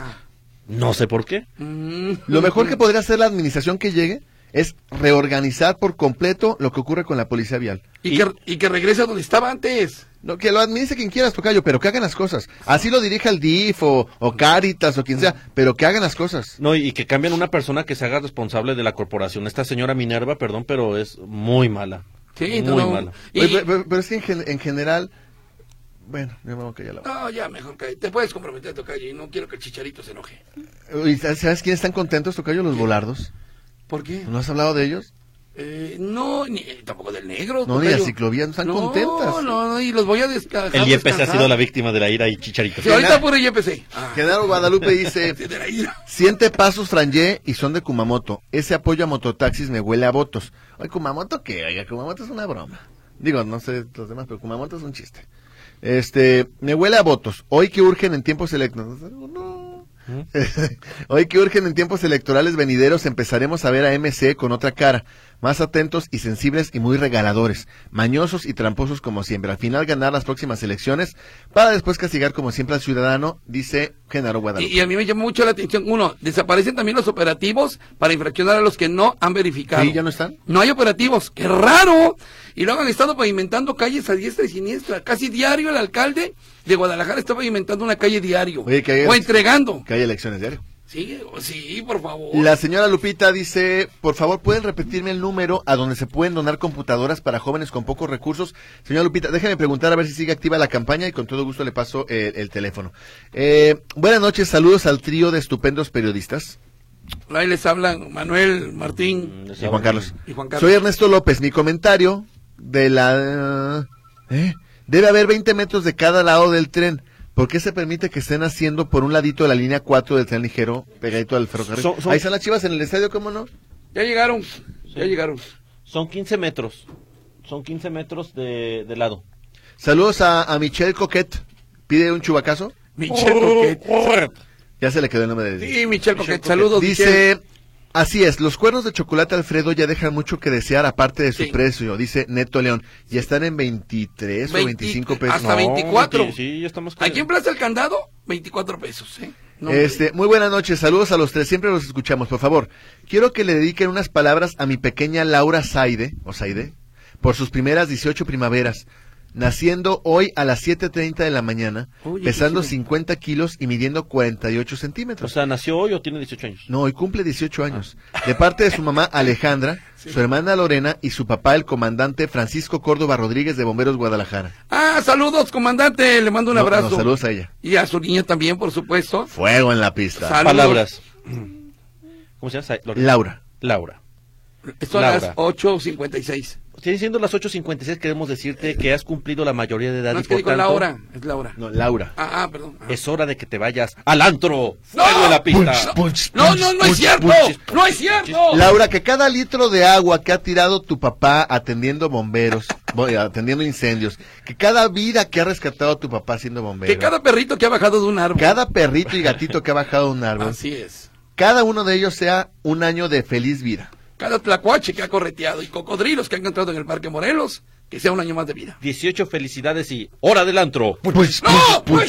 [SPEAKER 4] no sé por qué.
[SPEAKER 3] Mm.
[SPEAKER 2] Lo mejor que podría hacer la administración que llegue es reorganizar por completo lo que ocurre con la policía vial.
[SPEAKER 3] Y, que, y que regrese a donde estaba antes.
[SPEAKER 2] No, que lo administre quien quieras, Tocayo, pero que hagan las cosas. Así lo dirija el DIF o, o Caritas o quien sea, pero que hagan las cosas.
[SPEAKER 4] No, y que cambien una persona que se haga responsable de la corporación. Esta señora Minerva, perdón, pero es muy mala.
[SPEAKER 3] Sí,
[SPEAKER 4] muy
[SPEAKER 3] no, no.
[SPEAKER 4] mala.
[SPEAKER 3] Y-
[SPEAKER 2] Oye, pero, pero- pero es que en, gen- en general, bueno, yo me voy a callar la boca.
[SPEAKER 3] No, ya mejor que te puedes comprometer, Tocayo, y no quiero que el chicharito se enoje.
[SPEAKER 2] Uy, ¿Sabes quiénes están contentos, Tocayo? Los volardos.
[SPEAKER 3] ¿Por qué?
[SPEAKER 2] ¿No has hablado de ellos?
[SPEAKER 3] Eh, no, ni, tampoco del negro.
[SPEAKER 2] No, ni
[SPEAKER 3] Tocayo.
[SPEAKER 2] las ciclovías no están
[SPEAKER 3] No,
[SPEAKER 2] contentas.
[SPEAKER 3] no, y los voy a descansar.
[SPEAKER 4] El IEPC ha sido la víctima de la ira y chicharito.
[SPEAKER 3] Sí, ahorita por el IEPC. Ah,
[SPEAKER 2] Genaro Guadalupe dice,
[SPEAKER 3] sí, de la ira.
[SPEAKER 2] Siente pasos Frangé y son de Kumamoto. Ese apoyo a mototaxis me huele a votos. Ay, Kumamoto qué, oiga, Kumamoto es una broma. Digo, no sé los demás, pero Kumamoto es un chiste. Este, me huele a votos. Hoy que urgen en tiempos electorales.
[SPEAKER 3] ¿Mm?
[SPEAKER 2] Hoy que urgen en tiempos electorales venideros empezaremos a ver a MC con otra cara, más atentos y sensibles y muy regaladores, mañosos y tramposos como siempre. Al final ganar las próximas elecciones para después castigar como siempre al ciudadano, dice Genaro
[SPEAKER 3] Y,
[SPEAKER 2] Guadalupe.
[SPEAKER 3] y a mí me llamó mucho la atención, uno, desaparecen también los operativos para infraccionar a los que no han verificado.
[SPEAKER 2] Sí, ya no están.
[SPEAKER 3] No hay operativos, qué raro. Y luego han estado pavimentando calles a diestra y siniestra. Casi diario el alcalde de Guadalajara está pavimentando una calle diario.
[SPEAKER 2] Oye, que hay-
[SPEAKER 3] o entregando.
[SPEAKER 2] Que hay elecciones diario.
[SPEAKER 3] Sí, o- sí, por favor.
[SPEAKER 2] La señora Lupita dice, por favor, ¿pueden repetirme el número a donde se pueden donar computadoras para jóvenes con pocos recursos? Señora Lupita, déjeme preguntar a ver si sigue activa la campaña y con todo gusto le paso eh, el, teléfono. Eh, buenas noches, saludos al trío de estupendos periodistas.
[SPEAKER 3] Ahí les hablan Manuel,
[SPEAKER 4] Mm,
[SPEAKER 3] Martín.
[SPEAKER 2] Y Juan Carlos.
[SPEAKER 3] Y Juan Carlos.
[SPEAKER 2] Soy Ernesto López, mi comentario de la... ¿eh? Debe haber 20 metros de cada lado del tren. ¿Por qué se permite que estén haciendo por un ladito de la línea 4 del tren ligero pegadito al ferrocarril?
[SPEAKER 4] Son- son-
[SPEAKER 2] Ahí están las chivas en el estadio, ¿cómo no?
[SPEAKER 3] Ya llegaron, ya llegaron.
[SPEAKER 4] Son 15 metros. Son 15 metros de, de lado.
[SPEAKER 2] Saludos a, a Michelle Coquet. Pide un chubacazo.
[SPEAKER 3] Michelle
[SPEAKER 2] Oh,
[SPEAKER 3] Coquet.
[SPEAKER 2] Ya se le quedó el nombre de
[SPEAKER 3] Sí, Michelle Coquet, saludos. Michelle.
[SPEAKER 2] Dice, así es, los cuernos de chocolate Alfredo ya dejan mucho que desear aparte de su
[SPEAKER 3] Sí.
[SPEAKER 2] precio, dice Neto León. Ya están en 23 o
[SPEAKER 3] 20,
[SPEAKER 2] 25 pesos.
[SPEAKER 3] hasta 24.
[SPEAKER 4] sí, sí, ya estamos
[SPEAKER 3] Aquí en Plaza El Candado, 24 pesos, ¿eh? No, hombre.
[SPEAKER 2] Este, muy buenas noches, saludos a los tres, siempre los escuchamos, por favor. Quiero que le dediquen unas palabras a mi pequeña Laura Saide, o Saide, por sus primeras 18 primaveras, naciendo hoy a las 7.30 de la mañana,
[SPEAKER 3] Oye,
[SPEAKER 2] pesando
[SPEAKER 3] qué chido.
[SPEAKER 2] 50 kilos y midiendo 48
[SPEAKER 4] O
[SPEAKER 2] centímetros.
[SPEAKER 4] sea, nació hoy o tiene 18 años.
[SPEAKER 2] No, hoy cumple
[SPEAKER 3] ah.
[SPEAKER 2] 18 años. De parte de su mamá Alejandra, su hermana Lorena y su papá el comandante Francisco Córdoba Rodríguez de Bomberos Guadalajara.
[SPEAKER 3] Ah, saludos, comandante. Le mando un
[SPEAKER 2] No,
[SPEAKER 3] abrazo.
[SPEAKER 2] no, saludos a ella.
[SPEAKER 3] Y a su niña también, por supuesto.
[SPEAKER 2] Fuego en la pista.
[SPEAKER 3] Saludos.
[SPEAKER 4] Palabras. ¿Cómo se llama? Sa- Lorena.
[SPEAKER 2] Laura.
[SPEAKER 4] Laura.
[SPEAKER 3] Son
[SPEAKER 4] Laura.
[SPEAKER 3] las 8.56.
[SPEAKER 4] Sí, siendo las 8.56 queremos decirte que has cumplido la mayoría de edad
[SPEAKER 3] No
[SPEAKER 4] y
[SPEAKER 3] es que
[SPEAKER 4] por
[SPEAKER 3] digo la
[SPEAKER 4] tanto,
[SPEAKER 3] hora, es la hora.
[SPEAKER 2] No, Laura.
[SPEAKER 3] Ah, ah, perdón. Ah.
[SPEAKER 4] es hora de que te vayas al antro. ¡Fuego en la pista!
[SPEAKER 3] No, no, no es cierto. No es cierto.
[SPEAKER 2] Laura, que cada litro de agua que ha tirado tu papá atendiendo bomberos, voy, atendiendo incendios, que cada vida que ha rescatado tu papá siendo bombero,
[SPEAKER 3] Que cada perrito que ha bajado de un árbol.
[SPEAKER 2] cada perrito y gatito que ha bajado un árbol,
[SPEAKER 3] Así es.
[SPEAKER 2] cada uno de ellos sea un año de feliz vida.
[SPEAKER 3] Cada tlacuache que ha correteado y cocodrilos que han encontrado en el Parque Morelos, que sea un año más de vida.
[SPEAKER 4] 18 felicidades y hora del antro.
[SPEAKER 3] ¡No! ¡No es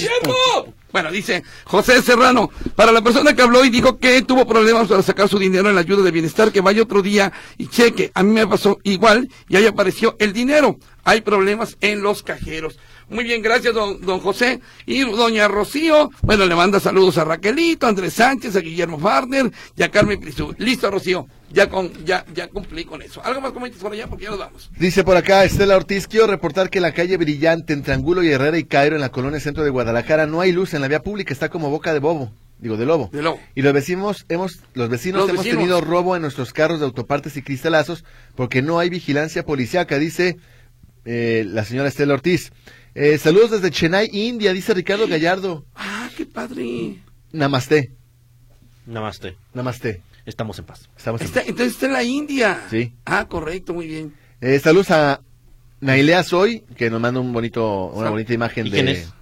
[SPEAKER 3] cierto! Bueno, dice José Serrano, para la persona que habló y dijo que tuvo problemas para sacar su dinero en la ayuda de bienestar, que vaya otro día y cheque. A mí me pasó igual y ahí apareció el dinero. Hay problemas en los cajeros. Muy bien, gracias, don, don José. Y doña Rocío, bueno, le manda saludos a Raquelito, a Andrés Sánchez, a Guillermo Farner y a Carmen Prisú. Listo, Rocío, ya, con, ya, ya cumplí con eso. ¿Algo más comentas por allá? Porque ya nos vamos.
[SPEAKER 2] Dice por acá Estela Ortiz, quiero reportar que la calle Brillante entre Angulo y Herrera y Cairo en la colonia centro de Guadalajara no hay luz en la vía pública, está como boca de bobo, digo de lobo.
[SPEAKER 3] De lobo.
[SPEAKER 2] Y los vecinos hemos los vecinos
[SPEAKER 3] Los
[SPEAKER 2] hemos
[SPEAKER 3] vecinos.
[SPEAKER 2] tenido robo en nuestros carros de autopartes y cristalazos porque no hay vigilancia policiaca, dice eh, la señora Estela Ortiz. Eh, saludos desde Chennai, India, dice Ricardo Gallardo.
[SPEAKER 3] Ah, qué padre.
[SPEAKER 2] Namaste,
[SPEAKER 4] Namaste.
[SPEAKER 2] namaste.
[SPEAKER 4] Estamos en paz.
[SPEAKER 2] Estamos en-
[SPEAKER 3] Está- entonces está en la India.
[SPEAKER 2] Sí.
[SPEAKER 3] Ah, correcto, muy bien.
[SPEAKER 2] Eh, saludos a Nailea Soy, que nos manda un bonito, una
[SPEAKER 3] Sal-
[SPEAKER 2] bonita imagen
[SPEAKER 4] ¿Y
[SPEAKER 2] de.
[SPEAKER 4] quién es?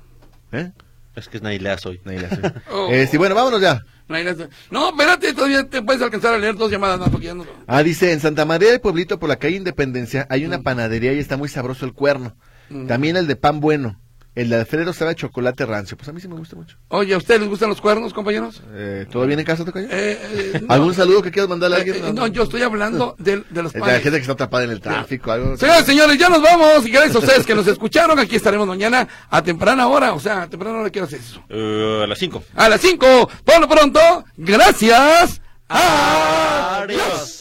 [SPEAKER 2] ¿Eh?
[SPEAKER 4] Es que es Nailea soy.
[SPEAKER 2] Nailea Soy.
[SPEAKER 3] Oh.
[SPEAKER 2] Eh, sí, bueno, vámonos ya.
[SPEAKER 3] No, hay las- no, espérate, todavía te puedes alcanzar a leer dos llamadas más porque ya no.
[SPEAKER 2] Ah, dice, en Santa María del Pueblito,
[SPEAKER 3] Mm.
[SPEAKER 2] por la calle Independencia, hay una panadería y está muy sabroso el cuerno. También el de pan bueno. el de Alfredo sabe a chocolate rancio. Pues a mí sí me gusta mucho.
[SPEAKER 3] Oye, ¿a ustedes les gustan los cuernos, compañeros?
[SPEAKER 2] Eh, ¿Todo bien en casa, Tocayo?
[SPEAKER 3] Eh, eh, no,
[SPEAKER 2] ¿Algún saludo que quieras mandarle a
[SPEAKER 3] eh,
[SPEAKER 2] Ah, alguien?
[SPEAKER 3] eh, no, yo estoy hablando de, de los
[SPEAKER 2] Es la
[SPEAKER 3] padres.
[SPEAKER 2] gente que está tapada en el tráfico, algo.
[SPEAKER 3] Señores, señores, ya nos vamos. Y gracias a ustedes que nos escucharon. Aquí estaremos mañana a temprana hora. O sea, a temprana hora, ¿qué hora es eso?
[SPEAKER 4] Eh, a las 5.
[SPEAKER 3] A las 5. Por lo pronto, gracias. Adiós.